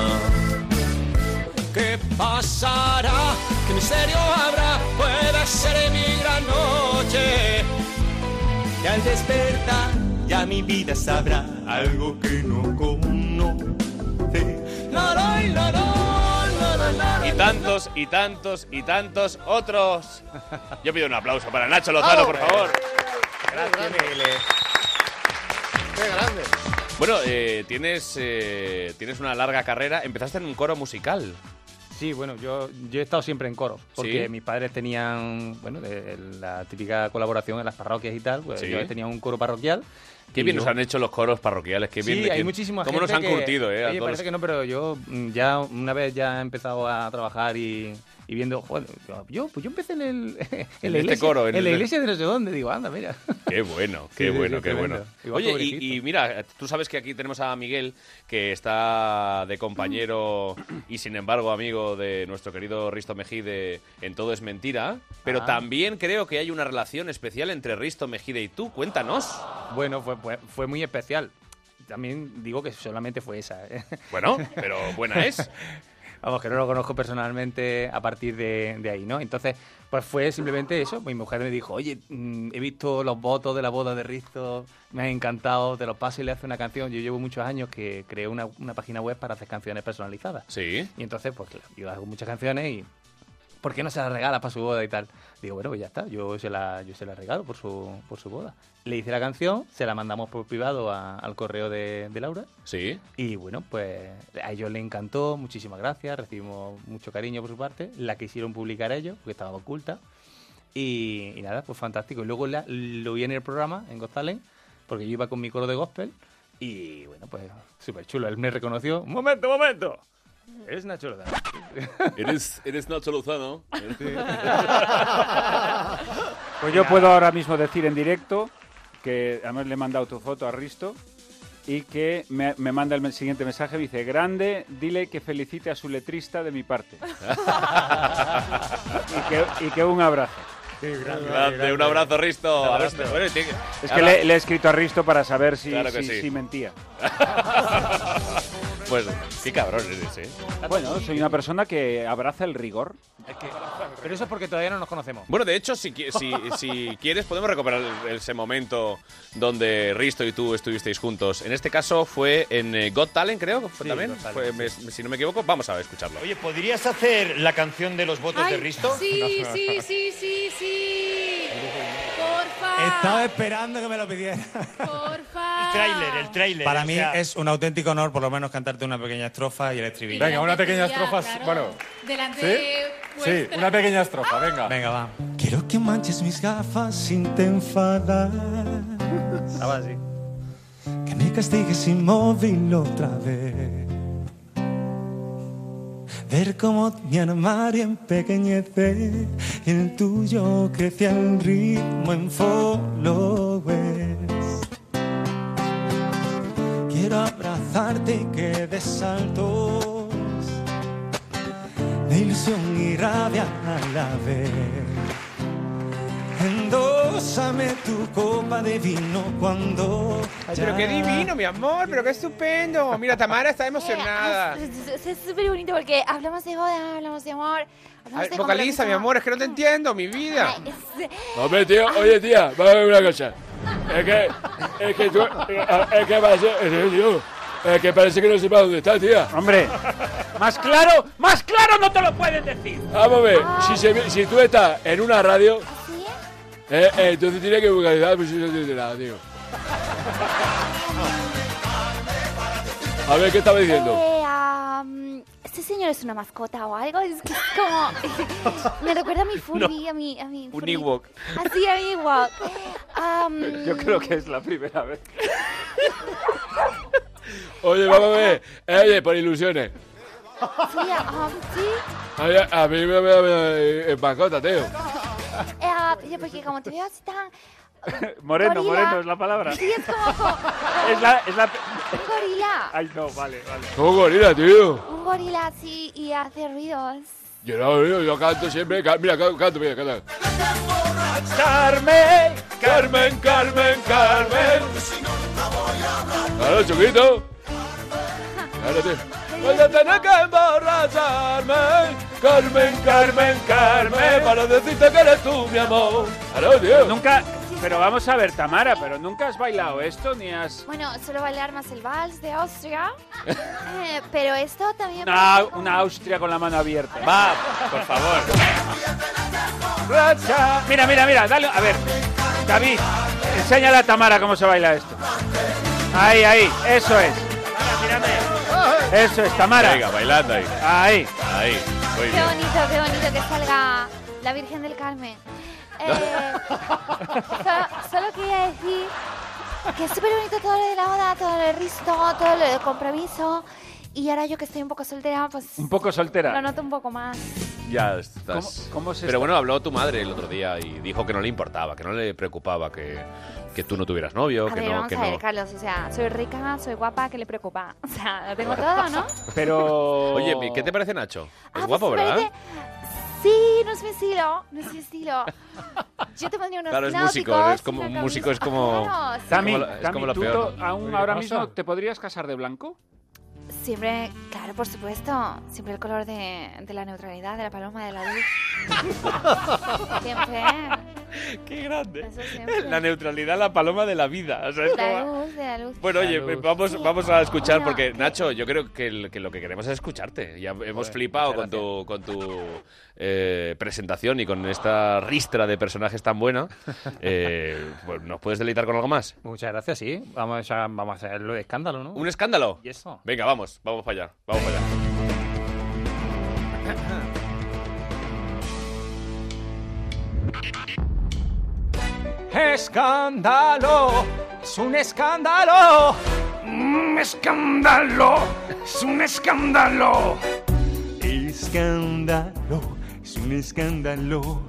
S22: ¿Qué pasará? ¿Qué misterio habrá? Puede ser mi gran noche. Y al despertar, ya mi vida sabrá algo que no conoce. La, la, la, la, la, la, la.
S1: Y tantos, y tantos, y tantos otros. Yo pido un aplauso para Nacho Lozano, por favor.
S11: Gracias, Qué grande.
S1: Bueno, eh, tienes, eh, tienes una larga carrera. Empezaste en un coro musical.
S3: Sí, bueno, yo, yo he estado siempre en coros, porque
S1: Sí.
S3: mis padres tenían, bueno, de- la típica colaboración en las parroquias y tal, pues
S1: Sí.
S3: yo tenía un coro parroquial
S1: Qué
S3: Y
S1: bien
S3: yo-
S1: nos han hecho los coros parroquiales, qué bien.
S3: Sí,
S1: de
S3: hay
S1: quién-
S3: muchísima
S1: ¿Cómo
S3: gente
S1: nos han
S3: que-
S1: curtido, eh? a
S3: oye,
S1: todos
S3: parece
S1: los-
S3: que no, pero yo mm, ya una vez ya he empezado a trabajar y, y viendo, joder, yo- yo, pues yo empecé en el
S1: En
S3: la
S1: este
S3: iglesia,
S1: coro, en
S3: en, la
S1: el-
S3: iglesia de no sé dónde, digo, anda, mira.
S1: Qué bueno, qué
S3: Sí, sí,
S1: bueno,
S3: sí,
S1: qué
S3: tremendo.
S1: bueno.
S3: Igual
S1: Oye,
S3: pobrecito.
S1: y, y mira, tú sabes que aquí tenemos a Miguel, que está de compañero y sin embargo amigo de nuestro querido Risto Mejide en Todo es Mentira, pero
S3: Ah.
S1: también creo que hay una relación especial entre Risto Mejide y tú. Cuéntanos.
S3: Bueno, fue, fue, fue muy especial. También digo que solamente fue esa. ¿eh?
S1: Bueno, pero buena es.
S3: Vamos, que no lo conozco personalmente a partir de, de ahí, ¿no? Entonces, pues fue simplemente eso. Mi mujer me dijo, oye, mm, he visto los votos de la boda de Risto, me ha encantado, te los paso y le hace una canción. Yo llevo muchos años que creé una, una página web para hacer canciones personalizadas.
S1: Sí.
S3: Y entonces, pues claro, yo hago muchas canciones y... ¿Por qué no se las regalas para su boda y tal? Digo, bueno, pues ya está, yo se la, yo se la regalo por su, por su boda. Le hice la canción, se la mandamos por privado a- al correo de, de Laura.
S1: Sí.
S3: Y bueno, pues a ellos les encantó, muchísimas gracias, recibimos mucho cariño por su parte. La quisieron publicar ellos, porque estaba oculta. Y, y nada, pues fantástico. Y luego la- lo vi en el programa, en Got Talent, porque yo iba con mi coro de gospel. Y bueno, pues súper chulo. Él me reconoció. "Un momento, un momento! Eres Nacho Lozano.
S1: Eres, eres Nacho Lozano.
S12: Pues yo puedo ahora mismo decir en directo que además le he mandado tu foto a Risto y que me, me manda el siguiente mensaje. Me dice, grande, dile que felicite a su letrista de mi parte. y, que, y que un abrazo.
S1: grande, un abrazo, Risto. Abrazo. Bueno, y tiene que-
S12: Es que le, le he escrito a Risto para saber si,
S1: Claro que
S12: si-
S1: sí.
S12: si mentía.
S1: Pues qué cabrón eres, eh.
S12: Bueno, soy una persona que abraza el rigor.
S3: Pero eso es porque todavía no nos conocemos.
S1: Bueno, de hecho, si, qui- si, si quieres, podemos recuperar el- ese momento donde Risto y tú estuvisteis juntos. En este caso fue en eh, Got Talent, creo, que fue
S8: Sí,
S1: también.
S8: Got
S1: Fue-
S8: Talent,
S1: me- Si no me equivoco, vamos a escucharlo.
S8: Oye, ¿podrías hacer la canción de los votos de Risto?
S22: Sí, sí, sí, sí, sí. Porfa,
S21: Estaba esperando que me lo pidiera.
S22: porfa.
S8: El tráiler, el tráiler.
S21: Para
S8: o
S21: mí
S8: sea,
S21: es un auténtico honor, por lo menos, cantarte una pequeña estrofa y el estribillo.
S22: Venga, una pequeña estrofa, bueno. Delante
S21: ¿Sí?
S22: de vuestra-
S21: estrofa, venga. Venga, va. Quiero que manches mis gafas sin te enfadar.
S11: Ah,
S3: Estaba así.
S21: Que me castigues inmóvil otra vez. Ver cómo mi armario empequeñece y en el tuyo crece el ritmo en followers. Quiero abrazarte y que des saltos de ilusión y rabia a la vez. Endósame tu copa de vino cuando.
S5: Ay, pero
S21: ya-
S5: qué divino, mi amor, pero qué estupendo. Mira, Tamara está emocionada.
S4: Es- es- Es súper bonito porque hablamos de boda, hablamos de amor.
S5: A
S4: Hablamos
S5: ver,
S4: de
S5: vocaliza, mi amor, es que no te entiendo, mi vida.
S19: Hombre, tío, oye, tía, vamos a ver una cosa. Es que, es que tú, es que parece, es que, tío, es que parece que no sepa dónde está, tía.
S12: Hombre,
S19: más claro, más claro no te lo pueden decir. Vamos a ver,
S22: Ah.
S19: si, se ve- si tú estás en una radio, eh, eh, entonces tienes que vocalizar, pues no entiende nada, tío. A ver, ¿qué estaba diciendo?
S4: Eh, ah, mm, este señor es una mascota o algo. Es que es como. me recuerda a mi Furby, a mi. A mi
S12: Un
S4: Furby.
S12: Ewok.
S4: Ah, sí, a mi Ewok. Ah, mm,
S12: Yo creo que es la primera vez.
S19: Oye, vamos a ver, eh, oye, por ilusiones.
S4: Sí, ah, sí.
S19: A, mí- a mí me ve mascota, tío.
S4: Eh, ah, sí, porque como te veo así tan.
S12: Moreno,
S4: Gorila.
S12: moreno es la palabra.
S4: Sí, es como. como-
S12: Es la, es la...
S4: Un gorila.
S12: Ay, no, vale, vale.
S19: Como gorila, tío.
S4: Un gorila así y hace ruidos.
S19: Yo no, yo, yo canto siempre. ca- Mira, ca- canto, mira, canto.
S4: ¡Carmen!
S19: Carmen, Carmen, Carmen. Claro, chiquito. Claro, tío. Voy a tener que emborracharme. Carmen, Carmen, Carmen. Para decirte que eres tú, mi amor. Claro, tío.
S12: Nunca, pero vamos a ver, Tamara, pero nunca has bailado esto ni has...
S4: Bueno, solo bailar más el vals de Austria. Eh, pero esto también.
S12: Una, una Austria con la mano abierta.
S1: Va, por favor.
S12: Mira, mira, mira, dale, a ver. David, enséñale a Tamara cómo se baila esto. Ahí, ahí, eso es. Eso es, Tamara.
S1: Venga, bailando ahí.
S12: Ahí.
S1: Ahí, muy
S4: Qué
S1: bien.
S4: bonito, qué bonito que salga la Virgen del Carmen. Eh, so- solo quería decir que es súper bonito todo lo de la boda, todo lo del risto, todo lo del compromiso. Y ahora yo que estoy un poco soltera, pues
S12: Un poco soltera.
S4: lo noto un poco más.
S1: Ya estás.
S12: cómo se
S1: Pero
S12: está-
S1: bueno, habló tu madre el otro día y dijo que no le importaba, que no le preocupaba que, que tú no tuvieras novio,
S4: a
S1: que
S4: ver,
S1: no,
S4: vamos
S1: que
S4: a ver,
S1: no.
S4: Carlos, o sea, soy rica, soy guapa, ¿qué le preocupa? O sea, lo tengo todo, ¿no?
S12: Pero.
S1: Oye, mi- ¿qué te parece Nacho? Es
S4: pues
S1: guapo,
S4: me
S1: ¿verdad?
S4: parece- Sí, no es mi estilo, no es mi estilo. Yo te pondría unos
S1: Claro, es músico,
S4: náuticos,
S1: es como
S4: una
S1: músico, es
S4: camisa-
S1: como
S4: Claro, sí.
S12: Tami,
S1: Es como lo- es
S12: Tami,
S1: como lo
S12: ¿tú
S1: peor.
S12: to- aún
S1: ¿Qué
S12: ahora
S1: pasa?
S12: mismo te podrías casar de blanco?
S4: Siempre, claro, por supuesto, siempre el color de, de la neutralidad, de la paloma, de la luz. siempre.
S1: Qué grande.
S4: Eso siempre.
S1: La neutralidad, la paloma de la vida. o sea, es
S4: La
S1: como-
S4: luz, de la luz.
S1: Bueno, oye,
S4: La luz.
S1: vamos, vamos a escuchar
S4: Hola.
S1: porque, Nacho, yo creo que, el- que lo que queremos es escucharte. Ya hemos flipado con tu, con tu eh, presentación y con esta ristra de personajes tan buena. Eh, pues, ¿Nos puedes deleitar con algo más?
S3: Muchas gracias, sí. Vamos a, vamos a hacerlo de escándalo, ¿no?
S1: ¿Un escándalo?
S3: ¿Y eso?
S1: Venga, vamos, vamos para allá, vamos para allá.
S22: Escándalo, es un escándalo. Mm, escándalo, es un escándalo.
S21: Escándalo, es un escándalo.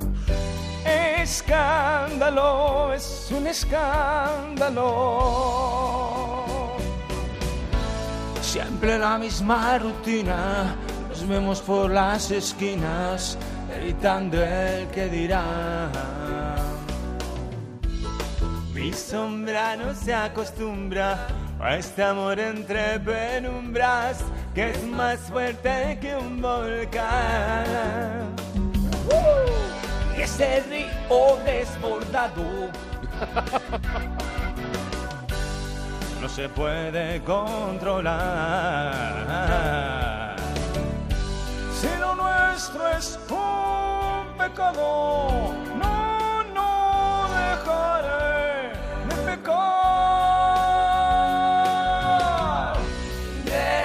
S22: Escándalo, es un escándalo. Siempre la misma rutina, nos vemos por las esquinas, evitando el que dirá. Mi sombra no se acostumbra a este amor entre penumbras, que es más fuerte que un volcán. Y ese río desbordado no se puede controlar. Si lo nuestro es un pecado, no, no dejaré de pecar.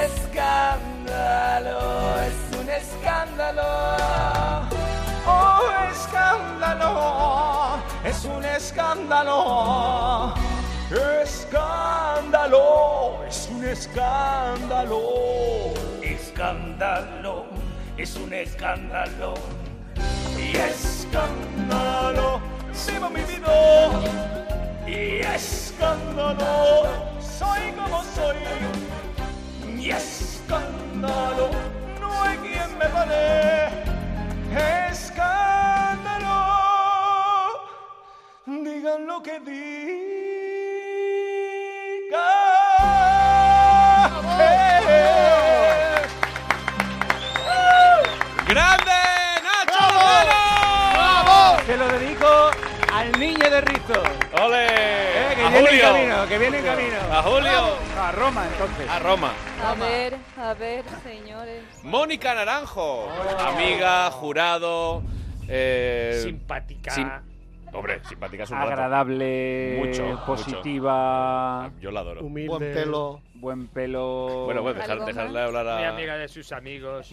S22: Escándalo, es un escándalo. Oh, escándalo, es un escándalo. Escándalo, es un escándalo. Escándalo, es un escándalo. Y escándalo, se va mi vida. Y escándalo, soy como soy. Y escándalo, no hay quien me pare. Escándalo, digan lo que digan.
S1: ¡Grande Nacho
S22: ¡Bravo! Te lo dedico al niño de Risto.
S1: ¡Ole!
S22: Eh, que
S1: ¡A
S22: viene
S1: Julio!
S22: en camino, que viene en camino.
S1: ¡A Julio!
S22: A Roma, entonces.
S1: A Roma.
S6: A ver, a ver, señores.
S1: Mónica Naranjo, amiga, jurado, eh,
S8: Simpática.
S1: sim- hombre, simpática es un rato.
S12: Agradable,
S1: Mucho,
S12: positiva.
S1: Yo la adoro.
S12: Humilde.
S8: Buen pelo.
S12: Buen pelo.
S1: Bueno, bueno, dejar- dejarle hablar
S8: Muy
S1: a
S8: amiga de sus amigos.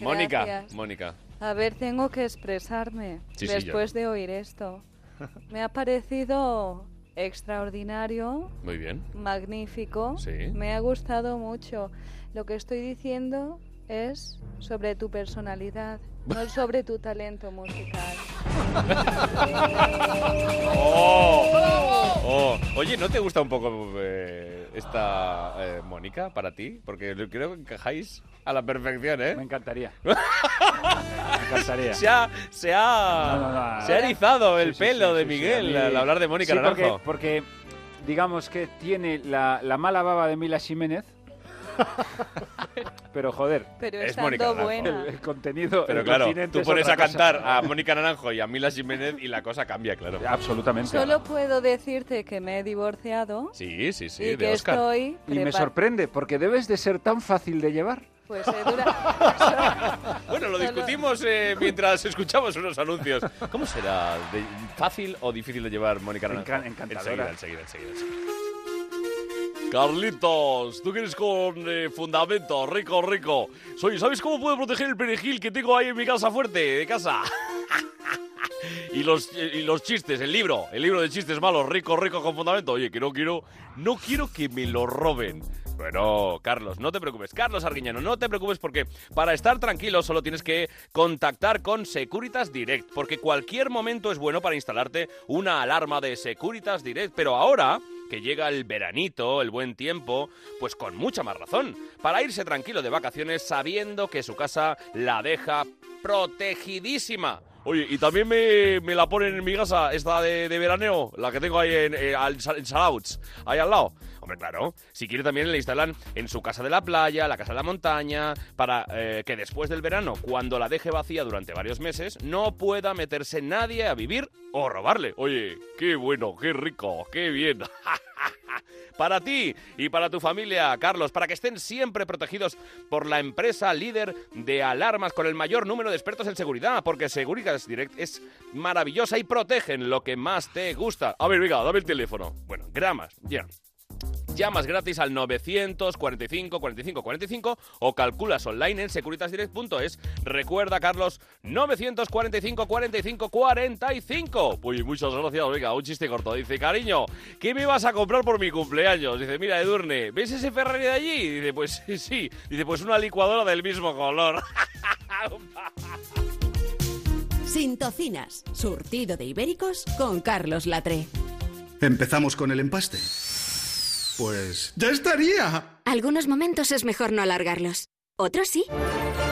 S1: Mónica.
S6: Gracias.
S1: Mónica.
S6: A ver, tengo que expresarme
S1: Sí, sí,
S6: después de oír esto. Me ha parecido extraordinario,
S1: Muy bien.
S6: magnífico.
S1: Sí.
S6: Me ha gustado mucho. Lo que estoy diciendo es sobre tu personalidad, no sobre tu talento musical.
S1: ¡Oh! Oh. Oye, ¿no te gusta un poco eh, esta eh, Mónica para ti? Porque yo creo que encajáis a la perfección, ¿eh? Me
S12: encantaría.
S1: Me
S12: encantaría.
S1: Se ha, se ha,
S12: No, no, no.
S1: se ha erizado el
S12: Sí, sí,
S1: pelo
S12: sí,
S1: de
S12: sí,
S1: Miguel
S12: sí, a mí-
S1: al hablar de Mónica
S12: Sí, porque-
S1: Naranjo.
S12: Porque, digamos que tiene la, la mala baba de Mila Jiménez. Pero joder,
S6: Pero
S1: Es
S6: estando
S1: Mónica Naranjo.
S6: buena.
S12: el contenido.
S1: Pero
S12: el
S1: claro,
S12: continente
S1: tú
S12: es
S1: pones
S12: otra
S1: a
S12: cosa.
S1: cantar a Mónica Naranjo y a Mila Jiménez y la cosa cambia, claro.
S12: Absolutamente.
S6: Solo puedo decirte que me he divorciado.
S1: Sí, sí, sí,
S6: Y
S1: de
S6: que
S1: Oscar.
S6: estoy
S12: Y me
S6: prepar-
S12: sorprende, porque debes de ser tan fácil de llevar.
S6: Pues he dura-
S1: Bueno, lo discutimos eh, mientras escuchamos unos anuncios. ¿Cómo será? ¿De- ¿Fácil o difícil de llevar Mónica Naranjo?
S12: Encan- encantadora.
S1: Enseguida, enseguida, enseguida. enseguida. Carlitos, tú que eres con eh, fundamento, rico, rico. Soy, ¿Sabes cómo puedo proteger el perejil que tengo ahí en mi casa fuerte, de casa? Y los, y los chistes, el libro, el libro de chistes malos, rico, rico con fundamento. Oye, que no quiero, no quiero que me lo roben. Bueno, Carlos, no te preocupes. Carlos Arguiñano, no te preocupes porque para estar tranquilo solo tienes que contactar con Securitas Direct, porque cualquier momento es bueno para instalarte una alarma de Securitas Direct, pero ahora que llega el veranito, el buen tiempo, pues con mucha más razón, para irse tranquilo de vacaciones sabiendo que su casa la deja protegidísima. Oye, y también me, me la ponen en mi casa, esta de, de veraneo, la que tengo ahí en, eh, al- en Salauds, ahí al lado. Hombre, claro, si quiere también le instalan en su casa de la playa, la casa de la montaña, para eh, que después del verano, cuando la deje vacía durante varios meses, no pueda meterse nadie a vivir o robarle. Oye, qué bueno, qué rico, qué bien. Para ti y para tu familia, Carlos, para que estén siempre protegidos por la empresa líder de alarmas con el mayor número de expertos en seguridad, porque Seguritas Direct es maravillosa y protegen lo que más te gusta. A ver, venga, dame el teléfono. Bueno, gramas, ya. Llamas gratis al 945 45 45 o calculas online en securitasdirect.es. Recuerda, Carlos, 945 45 45. Pues muchas gracias. Venga, un chiste corto. Dice, cariño, ¿qué me vas a comprar por mi cumpleaños? Dice, mira, Edurne, ¿ves ese Ferrari de allí? Dice, pues sí, sí. Dice, pues una licuadora del mismo color.
S7: Sin tocinas, surtido de ibéricos con Carlos Latre.
S20: Empezamos con el empaste. Pues ya estaría.
S7: Algunos momentos es mejor no alargarlos, otros sí.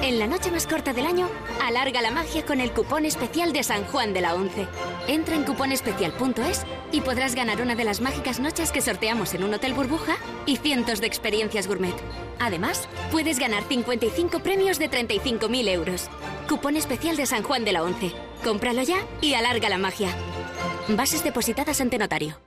S7: En la noche más corta del año, alarga la magia con el cupón especial de San Juan de la Once. Entra en cuponespecial.es y podrás ganar una de las mágicas noches que sorteamos en un hotel burbuja y cientos de experiencias gourmet. Además, puedes ganar 55 premios de 35.000 euros. Cupón especial de San Juan de la Once. Cómpralo ya y alarga la magia. Bases depositadas ante notario.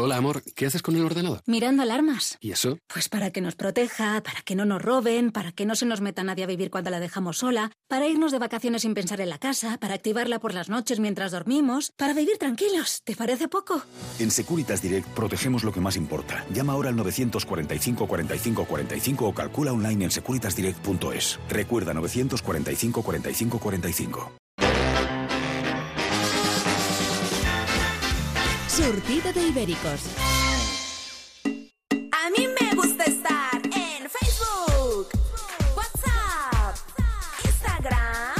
S23: Hola, amor. ¿Qué haces con el ordenador?
S7: Mirando alarmas.
S23: ¿Y eso?
S7: Pues para que nos proteja, para que no nos roben, para que no se nos meta nadie a vivir cuando la dejamos sola, para irnos de vacaciones sin pensar en la casa, para activarla por las noches mientras dormimos, para vivir tranquilos. ¿Te parece poco?
S24: En Securitas Direct protegemos lo que más importa. Llama ahora al 945 45 45 o calcula online en securitasdirect.es. Recuerda 945 45 45.
S7: Surtido de ibéricos.
S2: A mí me gusta estar en Facebook, WhatsApp, Instagram,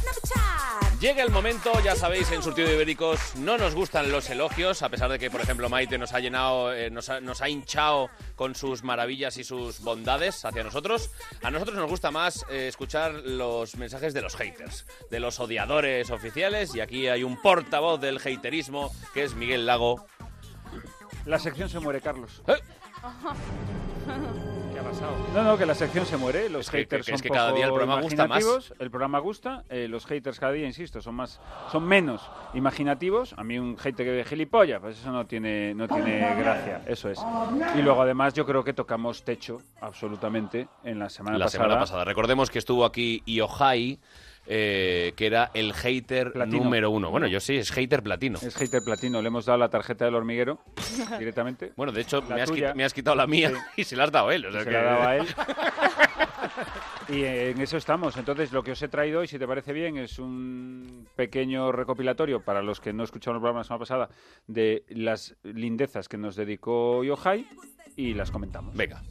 S2: Snapchat.
S1: Llega el momento, ya sabéis, en Surtido de Ibéricos no nos gustan los elogios, a pesar de que, por ejemplo, Maite nos ha llenado, eh, nos, ha, nos ha hinchado con sus maravillas y sus bondades hacia nosotros. A nosotros nos gusta más eh, escuchar los mensajes de los haters, de los odiadores oficiales, y aquí hay un portavoz del haterismo, que es Miguel Lago.
S12: La sección se muere, Carlos.
S1: ¿Eh?
S8: ¿Qué ha pasado?
S12: No, no, que la sección se muere, los
S1: Es que-
S12: haters
S1: que- que
S12: son
S1: es que cada
S12: poco
S1: día el programa gusta más.
S12: imaginativos, El programa gusta, eh, los haters cada día, insisto, son más, son menos imaginativos. A mí un hater que ve gilipollas, pues eso no tiene, no tiene gracia, eso es. Y luego además yo creo que tocamos techo absolutamente en la semana
S1: la
S12: pasada.
S1: semana pasada. Recordemos que estuvo aquí Iohai, eh, que era el hater
S12: Platino.
S1: número uno. Bueno, yo sí, es hater platino.
S12: Es hater platino, le hemos dado la tarjeta del hormiguero directamente.
S1: Bueno, de hecho,
S12: La
S1: me has,
S12: tuya.
S1: quitado, me has quitado la mía y se la has dado a él. o sea
S12: se
S1: que-
S12: la daba a él. Y eh, en eso estamos. Entonces, lo que os he traído hoy, si te parece bien, es un pequeño recopilatorio para los que no escucharon el programa la semana pasada de las lindezas que nos dedicó Yohai y las comentamos.
S1: Venga.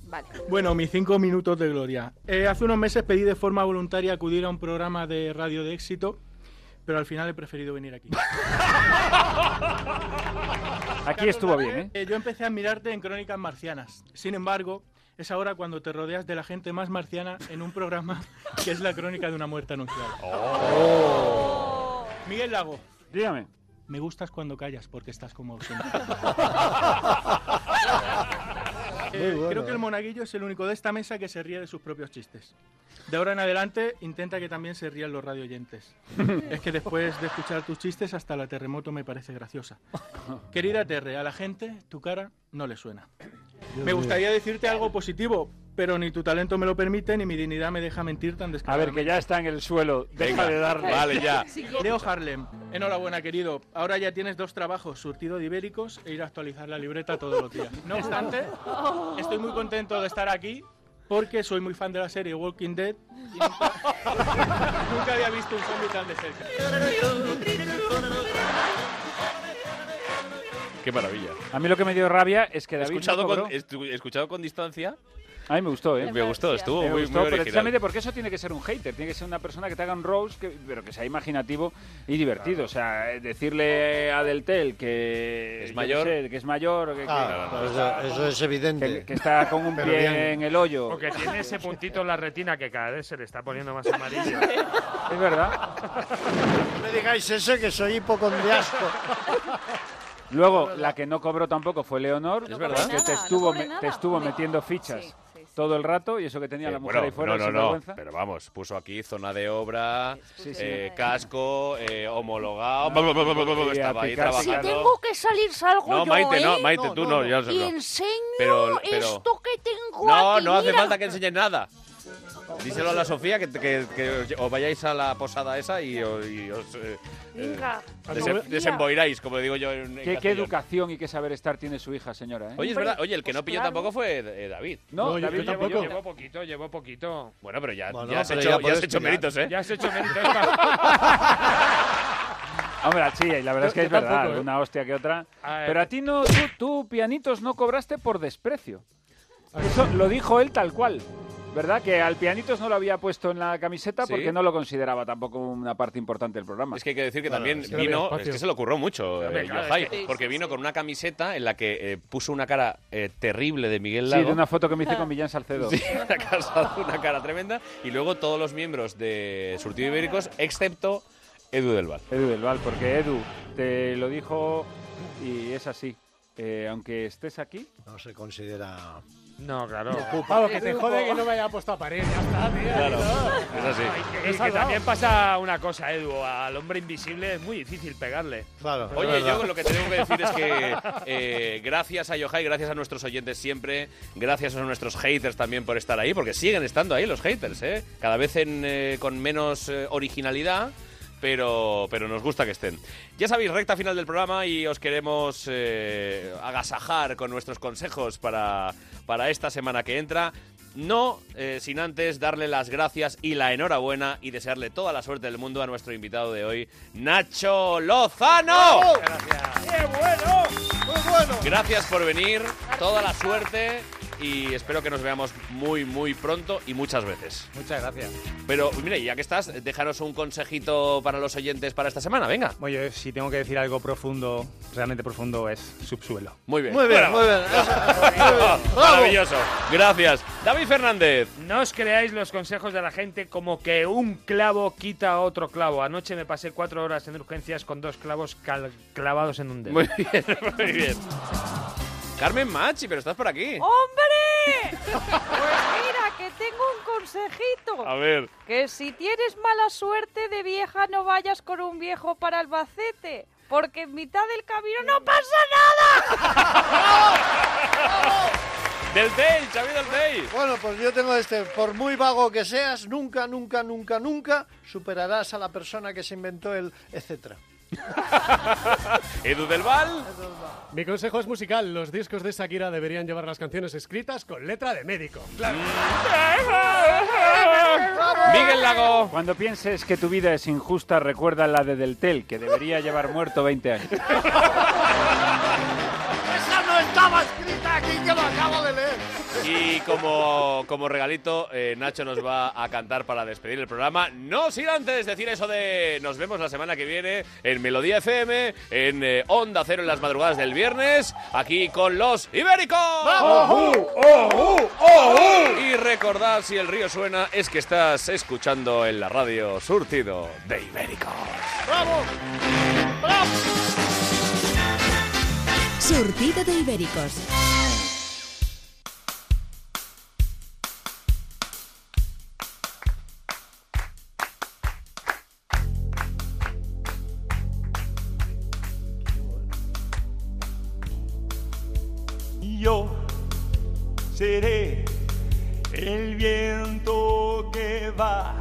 S14: Bueno, mis cinco minutos de gloria. Eh, hace unos meses pedí de forma voluntaria acudir a un programa de radio de éxito, pero al final he preferido venir aquí.
S12: Aquí estuvo bien, ¿eh?
S14: Eh, yo empecé a admirarte en Crónicas Marcianas. Sin embargo, es ahora cuando te rodeas de la gente más marciana en un programa que es la crónica de una muerte anunciada.
S12: Oh.
S14: Oh. Miguel Lago.
S12: Dígame.
S14: Me gustas cuando callas porque estás como ausente. Eh,
S19: Muy bueno,
S14: creo que
S19: eh.
S14: el monaguillo es el único de esta mesa que se ríe de sus propios chistes. De ahora en adelante, intenta que también se rían los radioyentes. es que después de escuchar tus chistes, hasta la terremoto me parece graciosa. Querida Terre, a la gente tu cara no le suena. me
S12: mío.
S14: gustaría decirte algo positivo, pero ni tu talento me lo permite ni mi dignidad me deja mentir tan
S12: A ver,
S14: descaradamente.
S12: que ya está en el suelo. Deja
S14: Venga,
S12: de darle.
S14: Leo Harlem, enhorabuena, querido. Ahora ya tienes dos trabajos, surtido de ibéricos e ir a actualizar la libreta todos los días. No obstante, estoy muy contento de estar aquí porque soy muy fan de la serie Walking Dead y nunca, nunca había visto un zombie tan de cerca.
S1: Qué maravilla.
S12: A mí lo que me dio rabia es que David no
S1: Escuchado
S12: cobró.
S1: con, estu- escuchado con distancia.
S12: A mí me gustó, ¿eh?
S1: Me gustó, estuvo
S12: Me
S1: muy,
S12: gustó,
S1: muy
S12: pero
S1: original.
S12: precisamente porque eso tiene que ser un hater, tiene que ser una persona que te haga un roast, que- pero que sea imaginativo y divertido. O sea, eh, decirle a Deltel que
S1: Es
S12: yo qué
S1: mayor.
S12: sé, que es mayor, que,
S11: Ah,
S12: que-
S11: pues eso- eso es evidente.
S12: que- que está con un
S11: Pero
S12: pie
S11: bien.
S12: en el hoyo.
S8: Porque tiene ese puntito en la retina que cada vez se le está poniendo más amarillo.
S12: Es verdad.
S11: No me digáis eso, que soy hipocondriasco.
S12: Luego, la que no cobró tampoco fue Leonor,
S11: Es verdad.
S12: que te
S11: nada, no
S12: estuvo,
S11: cobré
S12: me-
S11: nada.
S12: te estuvo metiendo fichas todo el rato y eso que tenía
S1: Eh,
S12: la mujer
S1: bueno,
S12: ahí fuera,
S1: no, no,
S12: sin
S1: no,
S12: vergüenza.
S1: pero vamos, puso aquí zona de obra,
S12: sí.
S1: eh, casco, eh, homologado,
S12: y a
S1: estaba ahí
S12: picar,
S1: trabajando.
S4: Si tengo que salir, salgo
S1: No,
S4: yo,
S1: Maite,
S4: ¿eh?
S1: no, Maite, tú no, yo no.
S4: Y enseño
S1: Pero- pero-
S4: esto que tengo
S1: No,
S4: aquí,
S1: no hace
S4: mira.
S1: falta que enseñes nada. Díselo a la Sofía que, que- que os- os vayáis a la posada esa y, o- y os eh,
S4: Venga,
S1: eh, dese-
S4: Sofía.
S1: desemboiráis, como digo yo en, en
S12: ¿Qué, qué
S1: castellano.
S12: educación y qué saber estar tiene su hija, señora? ¿eh?
S1: Oye, es verdad, oye, el que no pilló tampoco fue eh, David.
S12: No, No, yo- David yo
S8: Llevo, llevo poquito, llevo poquito.
S1: Bueno, pero ya,
S8: Bueno,
S1: ya has,
S8: pero
S1: hecho,
S8: ya
S1: ya has
S8: puedes
S1: hecho
S8: pillar.
S1: méritos, ¿eh?
S8: Ya has hecho méritos.
S12: Hombre, sí, la verdad es que
S8: Yo-
S12: es
S8: yo
S12: verdad,
S8: tampoco, ¿eh?
S12: una hostia que otra.
S8: Ah, eh.
S12: Pero a ti no, tú, tú, pianitos no cobraste por desprecio. Eso lo dijo él tal cual. ¿Verdad? Que al pianitos no lo había puesto en la camiseta
S1: Sí.
S12: porque no lo consideraba tampoco una parte importante del programa.
S1: Es que hay que decir que
S12: Bueno,
S1: también
S12: es que no había
S1: vino,
S12: espacio.
S1: es que se le ocurrió mucho
S12: Hombre,
S1: eh,
S12: claro, es
S1: Yojai,
S12: que-
S1: porque vino con una camiseta en la que eh, puso una cara eh, terrible de Miguel
S12: Sí,
S1: Lago.
S12: de una foto que me hice
S1: Ah.
S12: con Millán Salcedo.
S1: Sí, una, casa- una cara tremenda. Y luego todos los miembros de Surtido Ibéricos, excepto Edu del Val.
S12: Edu del Val, porque Edu te lo dijo y es así. Eh, aunque estés aquí,
S11: No se considera.
S8: No, claro.
S14: Ocupado, que te jode que no me haya puesto a parir. Ya está, tío.
S8: Claro,
S11: Ah,
S14: No.
S1: es así.
S8: Y que también pasa una cosa, Edu. Al hombre invisible es muy difícil pegarle.
S11: Claro.
S1: Oye, yo lo que tengo que decir es que eh, gracias a Yohai, gracias a nuestros oyentes siempre, gracias a nuestros haters también por estar ahí, porque siguen estando ahí los haters, ¿eh? Cada vez en, eh, con menos eh, originalidad. Pero, pero nos gusta que estén. Ya sabéis, recta final del programa y os queremos eh, agasajar con nuestros consejos para, para esta semana que entra. No eh, sin antes darle las gracias y la enhorabuena y desearle toda la suerte del mundo a nuestro invitado de hoy, Nacho Lozano.
S8: ¡Qué bueno!
S11: ¡Muy bueno!
S1: Gracias por venir, toda la suerte y espero que nos veamos muy, muy pronto y muchas veces.
S3: Muchas gracias.
S1: Pero mire, ya que estás, déjanos un consejito para los oyentes para esta
S3: Ah,
S1: semana, venga.
S3: Bueno, yo si tengo que decir algo profundo, realmente profundo, es subsuelo.
S1: Muy bien.
S3: Muy bien,
S1: Bravo.
S3: muy bien.
S1: Maravilloso. Gracias. David Fernández.
S8: No os creáis los consejos de la gente como que un clavo quita otro clavo. Anoche me pasé cuatro horas en urgencias con dos clavos cal- clavados en un dedo.
S1: Muy bien, muy bien. Carmen Machi, pero estás por aquí.
S6: Oh. ¡Hombre! Pues mira, que tengo un consejito.
S1: A ver.
S6: Que si tienes mala suerte de vieja, no vayas con un viejo para Albacete. Porque en mitad del camino no pasa nada.
S1: Del Tell, Xavi del Tell.
S11: Bueno, pues yo tengo este. Por muy vago que seas, nunca, nunca, nunca, nunca superarás a la persona que se inventó el etcétera.
S1: Edu del Val.
S14: Mi consejo es musical. Los discos de Shakira deberían llevar las canciones escritas con letra de médico.
S1: Miguel Lago.
S12: Cuando pienses que tu vida es injusta, recuerda la de Deltel, que debería llevar muerto 20 años.
S11: Esa no estaba escrita aquí, que lo acabo de leer.
S1: Y como, como regalito, eh, Nacho nos va a cantar para despedir el programa. No sin antes decir eso de nos vemos la semana que viene en Melodía FM, en eh, Onda Cero en las madrugadas del viernes, aquí con los Ibéricos.
S22: ¡Vamos!
S1: Y recordad, si el río suena, es que estás escuchando en la radio Surtido de Ibérico.
S11: ¡Bravo! ¡Bravo!
S2: Surtido de Ibéricos.
S21: Yo seré el viento que va,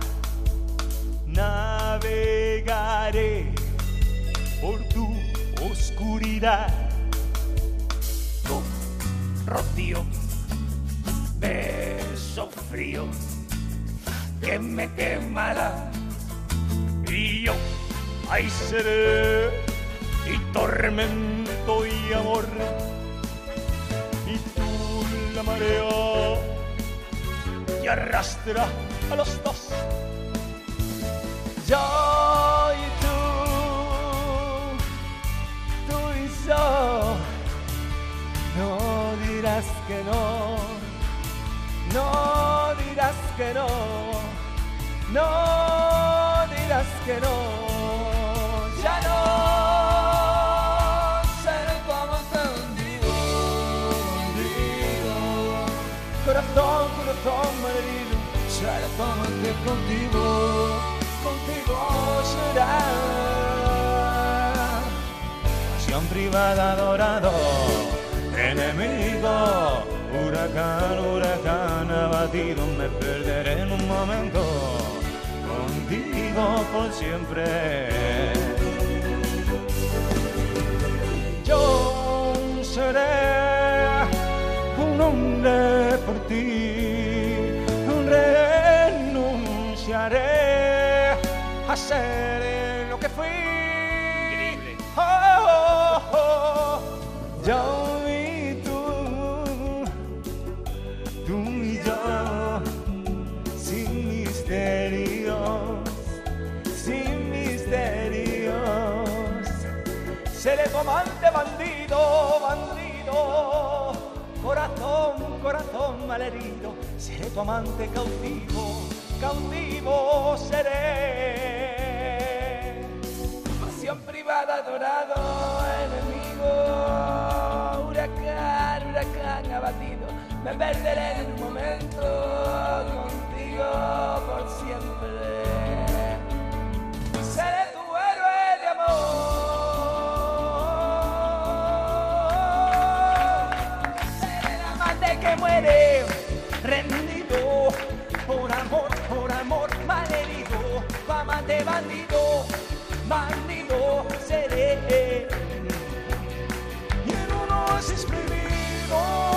S21: navegaré por tu oscuridad. Tu rocío, beso frío que me quemará. Y yo ahí seré y tormenta
S22: viento y amor. Y tú la marea y arrastra a los dos. Yo y tú, tú y yo, no dirás que no, no dirás que no, no dirás que no, ya no seré como te hundido, hundido, corazón, corazón marido, seré como te contigo, contigo será. Pasión privada adorado, enemigo, huracán, huracán abatido, me perderé en un momento, contigo por siempre. Yo seré un hombre por ti, renunciaré a ser lo que fui. Oh, oh, oh. Yo y tú, tú y yo, sin misterios, sin misterios. Seré como ante bandido, bandido, corazón, corazón malherido. Seré tu amante cautivo, cautivo seré. Pasión privada, dorado, enemigo, huracán, huracán abatido. Me perderé en un momento contigo por siempre. Seré tu héroe de amor. Seré el amante que muere, rendido por amor, por amor, malherido. Fama de bandido, bandido seré. Y en un oasis prohibido.